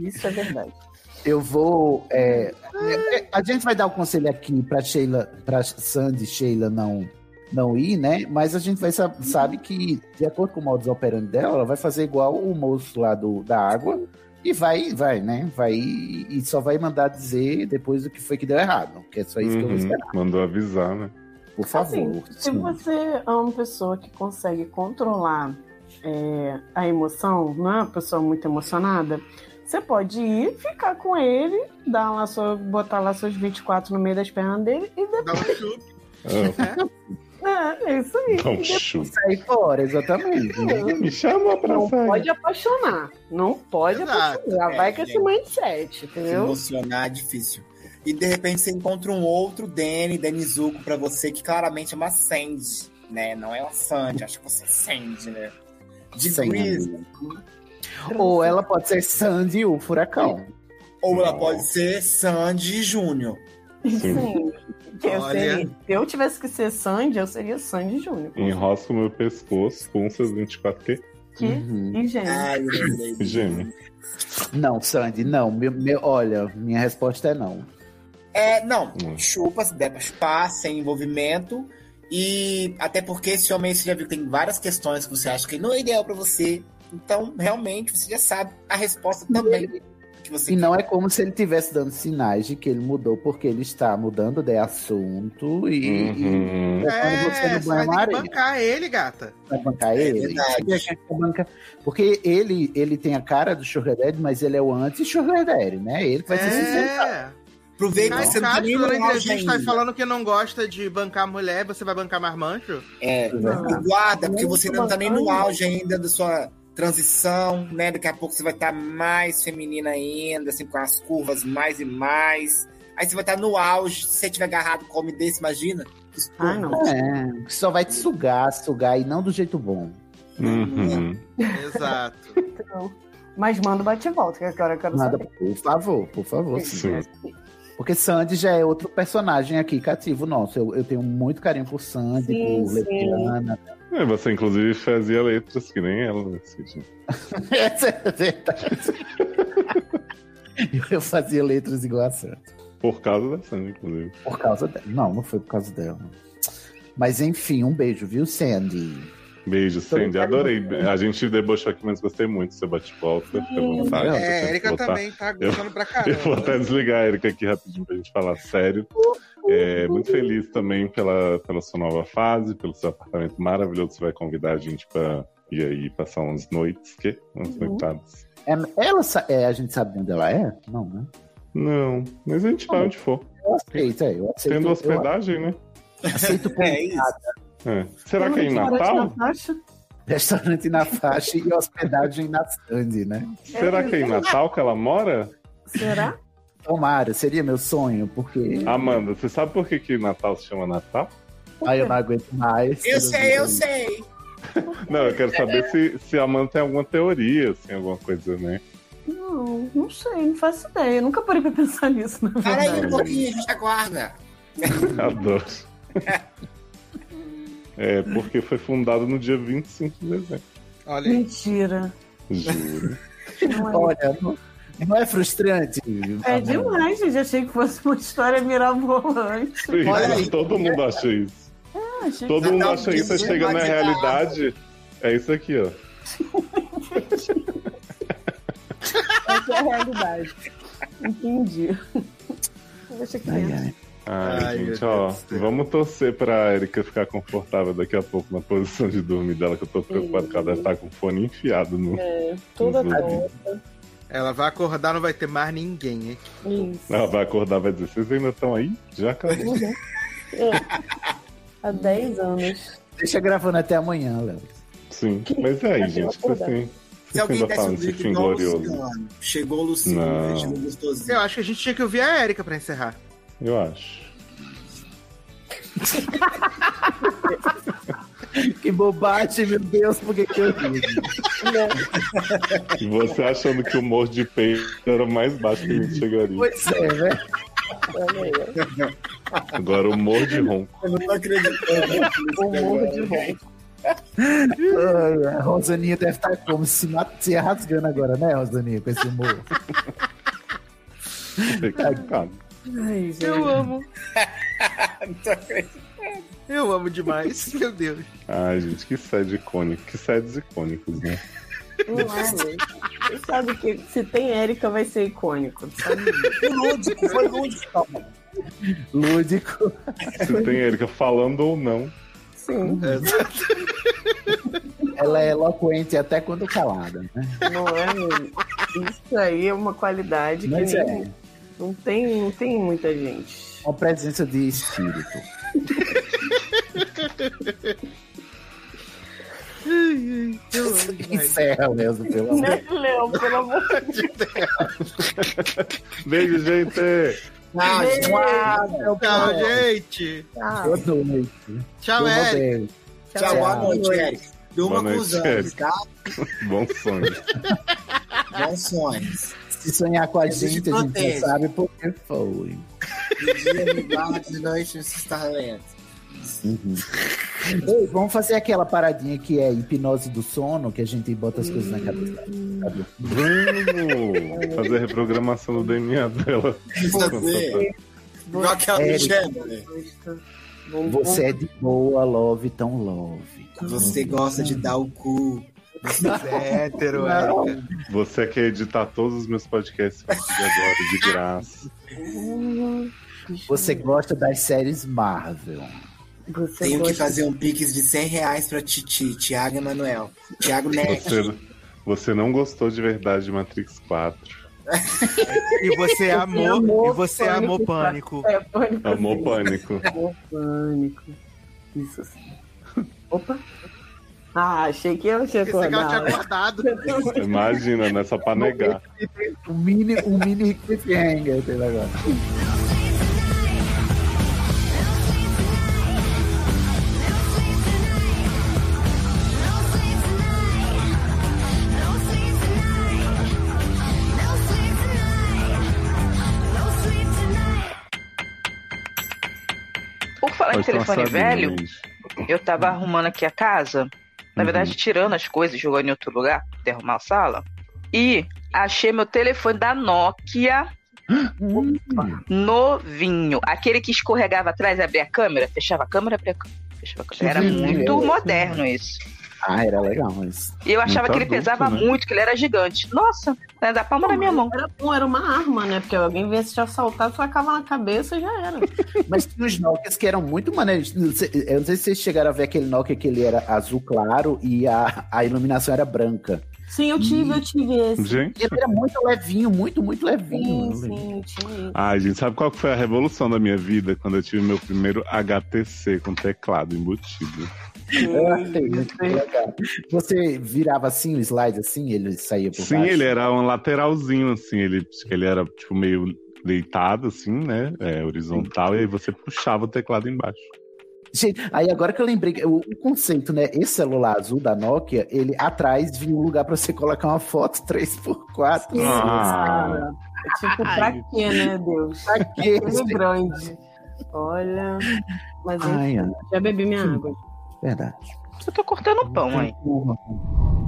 S13: Isso é verdade.
S1: Eu vou. é, é, a gente vai dar o conselho aqui pra Sheila, pra Sandy, Sheila não, não ir, né? Mas a gente vai sa- sabe que, de acordo com o modus operandi dela, ela vai fazer igual o moço lá do, da água, E vai, vai, né? Vai e só vai mandar dizer depois o que foi que deu errado. Que é só isso que eu vou
S2: Uhum,
S1: esperar.
S2: Mandou avisar, né?
S1: Por favor.
S5: Assim, Se você é uma pessoa que consegue controlar é, a emoção, não é uma pessoa muito emocionada, você pode ir ficar com ele, dar lá sua, botar lá seus 24 no meio das pernas dele e depois.
S4: um
S2: Ah,
S5: É, é isso aí.
S1: Dá um
S5: E
S1: chup. Sai fora, exatamente.
S2: Então,
S1: né?
S5: Uhum.
S2: Me chamou pra
S5: Não
S2: sair.
S5: pode apaixonar. Não pode
S6: Exato,
S5: apaixonar.
S6: é,
S5: Vai com esse
S6: gente.
S5: mindset,
S6: Se
S5: entendeu?
S6: emocionar é difícil. E de repente você encontra um outro Danny, Denizuko pra você, que claramente é uma Sandy, né? Não é uma Sandy, acho que você é Sandy, né? De
S1: Sem
S6: Grease.
S1: Ou é ela pode ser Sandy o furacão.
S6: Ou ela pode ser Sandy Júnior.
S5: Sim. Eu,
S2: Olha.
S5: seria- se eu tivesse que ser Sandy, eu seria Sandy Júnior.
S2: Enrosca o meu pescoço com seus 24 que?
S5: Que e gente.
S2: Gêmeo.
S1: Uhum. Não, Sandy, não. Meu, meu- olha, minha resposta é não.
S6: É, não, chupa, se der pra chupar, sem envolvimento. E até porque esse homem você já viu que tem várias questões que você acha que não é ideal pra você. Então, realmente, você já sabe a resposta também. Que você
S1: E não é como se ele estivesse dando sinais de que ele mudou, porque ele está mudando de assunto e.
S2: Uhum.
S1: e colocando
S4: É, você vai ter que bancar ele, gata.
S1: Vai bancar ele? Sabia que vai bancar- Porque ele, ele tem a cara do Sugar Daddy, mas ele é o anti-Sugar Daddy, né? Ele que vai ser sincero.
S4: É.
S6: Aproveita
S4: Mas,
S6: que você não tá
S4: Cássio,
S6: nem no
S4: durante a
S6: auge
S4: gente tá
S6: ainda.
S4: falando que não gosta de bancar mulher, você vai bancar marmanjo?
S6: É,
S4: Não. é
S6: e guarda, porque você não tá nem no
S4: Bacana.
S6: auge ainda da sua transição, né? Daqui a pouco você vai estar mais feminina ainda, assim, com as curvas mais e mais. Aí você vai estar no auge, se você tiver agarrado com um homem desse, imagina.
S1: Ah, não. É, que só vai te sugar, sugar e não do jeito bom.
S4: Uhum, Exato.
S5: Então, mas manda o bate-volta, que agora eu quero
S1: Nada,
S5: saber.
S1: por favor, por favor.
S2: Né?
S1: Sim. Porque Sandy já é outro personagem aqui cativo nosso. Eu, eu tenho muito carinho por Sandy,
S5: Sim,
S1: por
S5: sim.
S1: Leviana.
S2: É, você, inclusive, fazia letras que nem ela né? Assim, nesse dia.
S1: Essa é a verdade. eu fazia letras igual a Sandy.
S2: Por causa da Sandy, inclusive.
S1: Por causa dela. Não, não foi por causa dela. Mas enfim, um beijo, viu, Sandy?
S2: Beijo, Sandy.
S1: brincando.
S2: Adorei. A gente debochou aqui, mas gostei muito do seu bate-volta. Fica à vontade.
S4: É,
S2: você tem que
S4: Erika
S2: voltar.
S4: também tá
S2: Eu-
S4: gostando pra caramba.
S2: Eu vou até desligar a Erika aqui rapidinho pra gente falar sério. É, muito feliz também pela, pela sua nova fase, pelo seu apartamento maravilhoso. Você vai convidar a gente pra ir aí passar umas noites, que? Umas
S4: Uhum.
S2: noitadas.
S1: É, ela sa- é, a gente sabe onde ela é? Não, né?
S2: Não, mas a gente
S4: Tá
S2: vai onde for.
S1: Eu aceito, é, eu aceito.
S2: Tendo
S1: eu
S2: hospedagem, né?
S1: Aceito
S6: É isso.
S2: É. Será que é
S5: um
S2: em
S1: Restaurante
S2: Natal?
S1: na faixa? Restaurante na faixa e hospedagem na Sandy, né?
S2: Será que é em Natal que ela mora?
S5: Será?
S1: Tomara, Então, seria meu sonho, porque.
S2: Amanda, você sabe por que, que Natal se chama Natal?
S1: Aí eu não aguento mais.
S6: Eu sei, eu sei.
S2: Não, eu quero saber se, se a Amanda tem alguma teoria, assim, alguma coisa, né?
S5: Não, não sei, não faço ideia. Eu nunca parei pra pensar nisso, na
S6: Para
S5: verdade.
S6: aí um pouquinho, a gente aguarda.
S2: Adoro. É, porque foi fundado no dia 25 de dezembro.
S4: Olha
S5: Mentira.
S2: Juro.
S1: Olha, não, não é frustrante?
S5: É
S1: Amanda?
S5: demais, gente. Achei que fosse uma história mirabolante.
S2: Sim, todo mundo acha isso.
S5: Ah, achei
S2: Todo
S5: que-
S2: mundo acha isso, aí chega na realidade, é isso aqui, ó.
S5: Essa é a realidade. Entendi. Deixa quieto.
S2: Ai,
S4: Ai,
S2: gente, ó, vamos torcer pra Erika ficar confortável daqui a pouco na posição de dormir dela, que eu tô preocupado que ela deve estar com o fone enfiado no.
S5: É, toda
S2: Uhum.
S5: torta.
S4: Ela vai acordar, não vai ter mais ninguém aqui.
S5: Isso.
S2: Ela vai acordar, vai dizer, vocês ainda estão aí? Já acabou.
S5: Uhum. É. Há 10 anos.
S1: Deixa gravando até amanhã, Léo.
S2: Sim, mas é aí, gente, foi assim.
S6: Se alguém desse um grito
S2: fim
S6: igual o
S2: glorioso.
S6: Luciano. Chegou o Luciano,
S2: Não.
S6: vestido gostosinho.
S4: Eu acho que a gente tinha que ouvir a Erika pra encerrar.
S2: Eu acho.
S1: Que bobagem, meu Deus, por que, que eu fiz?
S2: E você achando que o humor de peito era mais baixo que a gente chegaria.
S1: Pois é, né?
S2: Agora o humor de ronco.
S6: Eu não tô acreditando.
S5: O mundo de volta.
S1: Ai, Ah, a Rosaninha deve estar como se, mat- se rasgando agora, né, Rosaninha, com esse humor.
S2: é
S5: Ai, gente.
S4: Eu amo.
S6: não tô acreditando.
S4: Eu amo demais. Meu Deus.
S2: Ai, gente, que sedes icônicos. Que sedes icônicos, né?
S5: Não é, mas Você sabe que se tem Érica vai ser icônico. Sabe?
S6: Lúdico, foi lúdico.
S1: Lúdico.
S2: Se tem Erika falando ou não.
S5: Sim.
S1: Ela é eloquente até quando calada, né?
S5: Não é, menino? Isso aí é uma qualidade
S1: Mas
S5: que
S1: é.
S5: nem- não, tem, não tem muita gente.
S1: Uma presença de espírito. Encerra, Leandro, pelo amor.
S5: Não, Leão, Né, pelo amor de
S2: Beijo, gente!
S1: Ah,
S5: Deus.
S1: tchau, meu
S4: Tchau,
S1: povo.
S4: gente.
S5: Ah,
S1: Boa noite.
S4: Tchau,
S1: Durma
S4: Eric.
S1: bem.
S6: Tchau, boa noite, Eric.
S2: Boa
S6: Durma com os
S2: noite,
S6: anjos,
S2: Eric.
S6: tá?
S2: Bom sonho.
S6: Bons sonhos.
S1: Se sonhar com a
S6: Jesus
S1: gente, a gente não
S6: protege.
S1: sabe por que foi.
S6: De dia, de tarde, de noite, você está lento.
S1: Ei, vamos fazer aquela paradinha que é hipnose do sono, que a gente bota as coisas na cabeça. sabe?
S2: Vamos fazer a reprogramação do DNA dela.
S6: Fazer. Igual aquela
S1: Eric.
S6: pijama, né?
S1: Você é de boa, love, tão love.
S6: Você gosta de dar o cu. Você é hétero,
S1: Não.
S6: Eric.
S2: Você quer editar todos os meus podcasts a partir de agora, de graça.
S1: Você gosta das séries Marvel.
S5: Você
S6: Tenho que
S1: gosta-
S6: fazer um pix de 100 reais pra Titi, Tiago Emanuel. Tiago Neto.
S2: Você, você não gostou de verdade de Matrix 4.
S4: E você amou,
S5: amou
S4: e você amou pânico.
S5: É, pânico.
S2: Amor pânico.
S5: Amor pânico. Isso sim. Opa. Ah, achei que eu tinha
S4: Pensei que ela tinha
S5: acordado.
S4: acordado.
S2: Imagina, né? Só pra negar.
S1: Um mini, um mini cliffhanger pela agora.
S3: Por falar em Pode tomar telefone sabinho, velho, Luiz. eu tava arrumando aqui a casa. Na Uhum. verdade, tirando as coisas, jogando em outro lugar, pra poder arrumar a sala. E achei meu telefone da Nokia novinho. Aquele que escorregava atrás, abria a câmera, fechava a câmera, abria a câmera. Fechava a câmera. Era
S1: Sim,
S3: muito
S1: é.
S3: moderno isso.
S1: Ah, era legal, mas.
S3: E eu achava
S1: Muito
S3: que ele
S1: adulto,
S3: pesava
S1: né?
S3: muito, que ele era gigante. Nossa, né, da palma da minha mão.
S5: Era bom, era uma arma, né? Porque alguém viesse te assaltar, tu acaba na cabeça e já era.
S1: Mas tinha uns Nokias que eram muito maneiros. Não sei- Eu não sei se vocês chegaram a ver aquele Nokia que ele era azul claro e a, a iluminação era branca.
S5: Sim, eu tive, eu tive esse.
S2: Uhum. Gente.
S1: Ele era muito levinho, muito, muito levinho.
S5: Sim, sim, eu tive.
S2: Ai, gente, sabe qual que foi a revolução da minha vida? Quando eu tive meu primeiro HTC com teclado embutido.
S1: Você virava assim o slide assim, ele saía por
S2: Sim,
S1: baixo.
S2: ele era um lateralzinho, assim, ele, ele era, tipo, meio deitado, assim, né? É, horizontal, e aí você puxava o teclado embaixo.
S1: Gente, aí agora que eu lembrei, que o, o conceito, né? Esse celular azul da Nokia, ele atrás vinha um lugar pra você colocar uma foto 3x4.
S5: Sim,
S2: Ah.
S5: cara. Tipo, pra
S1: Ai.
S5: quê, né, Deus?
S1: Pra quê?
S5: Aquele grande. Olha. Mas
S1: Ai, Hum.
S5: enfim,
S1: ai.
S5: já bebi minha água.
S1: Verdade.
S3: Eu tô cortando pão aí.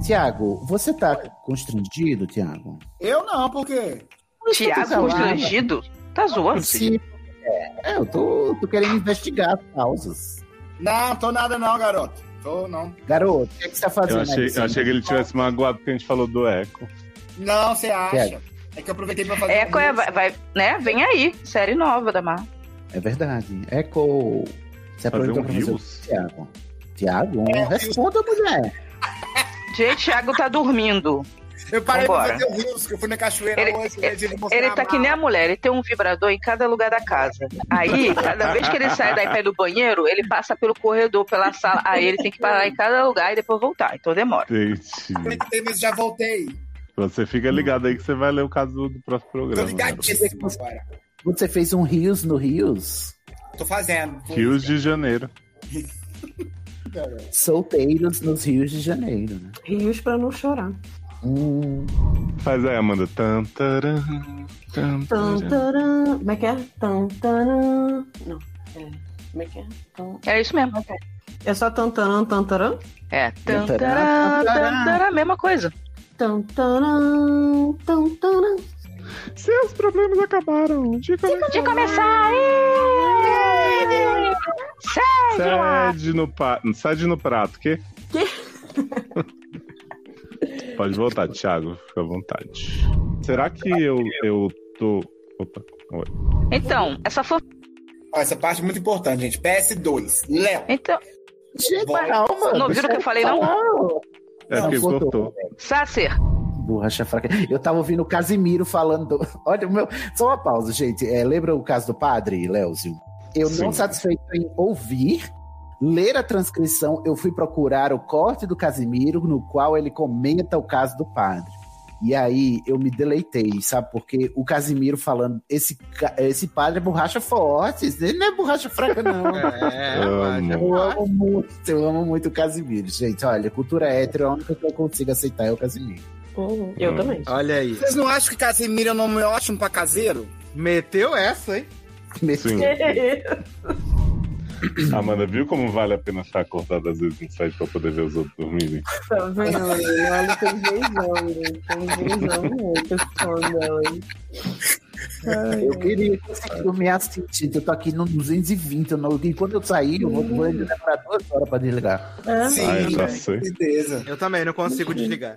S1: Tiago, você tá constrangido, Tiago?
S6: Eu não, por quê?
S1: Tiago constrangido?
S3: Tá zoando?
S1: Sim. É, eu tô, tô querendo investigar as causas.
S6: Não, tô nada não, garoto. Tô não.
S1: Garoto, o que, é que você tá fazendo
S2: Eu achei,
S1: aí?
S2: eu achei que ele tivesse magoado porque a gente falou do eco.
S6: Não, você acha.
S1: Pega.
S6: É que eu aproveitei pra fazer.
S3: Eco é,
S6: um
S3: vai, vai- né? Vem aí, série nova da Mar.
S1: É verdade. Eco.
S2: Fazer
S1: Você aproveitou
S2: um
S1: pra fazer o
S2: rios?
S1: Tiago. Tiago, responda, mulher.
S3: Gente, Thiago tá dormindo.
S6: Eu parei
S3: Vambora.
S6: pra fazer o rios, que eu fui na cachoeira
S3: Ele,
S6: hoje, né, de mostrar
S3: ele
S6: a
S3: tá que
S6: mala.
S3: nem a mulher, ele tem um vibrador em cada lugar da casa. Aí, cada vez que ele sai daí pra ir do banheiro, ele passa pelo corredor, pela sala. Aí ele tem que parar em cada lugar e depois voltar. Então demora.
S2: Gente,
S6: Aproveitei, mas já voltei.
S2: você fica ligado aí que você vai ler o caso do próximo
S6: Tô
S2: programa. garoto.
S6: ligadíssimo agora.
S1: Você fez um Rios no Rios?
S6: Tô fazendo.
S2: Rios de Janeiro.
S1: Solteiros nos Rios de Janeiro, né?
S5: Rios pra não chorar.
S1: Hum.
S2: Faz aí, Amanda. Tan, taran, tan,
S5: Tan,
S2: taran.
S5: taran. Como é que é? Tan, taran. Não, é. Como é que é? Tan-
S3: É isso mesmo.
S5: É só tantaran, tantaran?
S3: É. Tantará, tantará, mesma coisa.
S5: Tantaran, tantaran.
S2: Seus problemas acabaram. De começar.
S3: De começar aí! Segue lá!
S2: Sede no, pa... Sede no prato, que? Pode voltar, Thiago, fica à vontade. Será que eu, eu tô. Opa, oi.
S3: Então, essa foi.
S6: Ó, essa parte é muito importante, gente. PS2. Léo.
S3: Então.
S6: Vai.
S3: Não viram o que eu falei, não?
S2: É porque
S1: voltou.
S2: cortou.
S3: Sácer,
S1: Borracha fraca. Eu tava ouvindo o Casimiro falando. do- Olha, o meu. Só uma pausa, gente. É, lembra o caso do padre, Léozio? Eu não
S2: Sim.
S1: satisfeito em ouvir, ler a transcrição, eu fui procurar o corte do Casimiro, no qual ele comenta o caso do padre. E aí eu me deleitei, sabe? Porque o Casimiro falando, esse, ca- esse padre é borracha forte, ele não é borracha fraca, não.
S4: É,
S1: eu amo muito, eu amo muito o Casimiro, gente. Olha, cultura hétero, a única que eu consigo aceitar é o Casimiro. Hum.
S6: eu também.
S1: Ah,
S4: Olha aí.
S6: Vocês não acham que Casimiro é um nome ótimo pra caseiro?
S4: Meteu essa, hein?
S2: Sim. Amanda, viu como vale a pena ficar acordado às vezes no site pra poder ver os outros dormirem?
S5: Tá vendo? Ela não tem beijão, né? Tem beijão, né? Tô falando dela aí.
S1: Eu queria conseguir dormir assim, gente. Eu tô aqui no 220. Eu não... E quando eu sair, eu vou, vou demorar duas horas pra desligar.
S2: Ah, eu já sei.
S6: Certeza.
S4: Eu também não consigo desligar.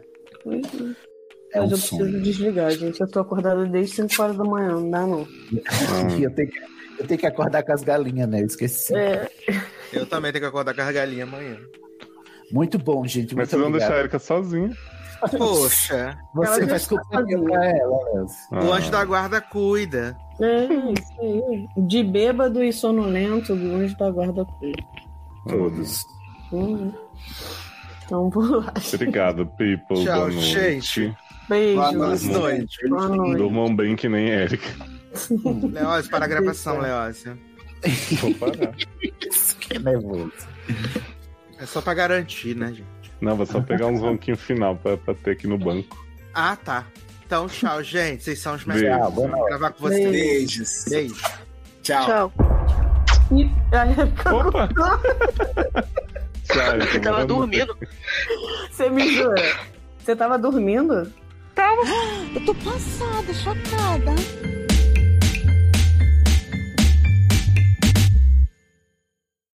S1: É um
S5: Mas eu
S1: sonho.
S5: preciso desligar, gente. Eu tô acordada desde 5 horas da manhã, não dá não.
S2: Ah.
S1: E eu, tenho que, eu tenho que acordar com as galinhas, né? Eu esqueci.
S5: É.
S4: Eu também tenho que acordar com a galinha amanhã.
S1: Muito bom, gente.
S2: Mas
S1: Muito
S2: vocês vão
S1: obrigado.
S2: deixar a Erika sozinha.
S4: Poxa.
S1: Você
S4: Ela
S1: vai
S4: já
S1: escutar pra ela, Léo.
S2: ah.
S4: O anjo da guarda cuida.
S5: É, isso aí. De bêbado e sonolento, do anjo da guarda cuida.
S2: Todos.
S5: Hum. Então vou lá.
S2: Obrigado, people.
S5: Tchau,
S2: Boa noite.
S5: gente. Beijo.
S2: Boa noite.
S5: Boa noite.
S2: Durmam bem que nem Erika.
S4: Leózio, para a gravação, Leózio.
S2: Vou parar.
S1: Que nervoso.
S4: É só pra garantir, né, gente?
S2: Não, vou só pegar uns ronquinhos final pra, pra ter aqui no banco.
S4: Ah, tá. Então, tchau, gente. Vocês são os
S2: Beijo.
S4: melhores.
S5: ah,
S2: Tchau, boa
S4: Vou gravar com vocês.
S6: Beijos.
S4: Beijo.
S5: Tchau. E...
S2: Opa! Sério,
S5: Eu tava dormindo. Você me jura? Você tava dormindo?
S12: Eu tô passada, chocada.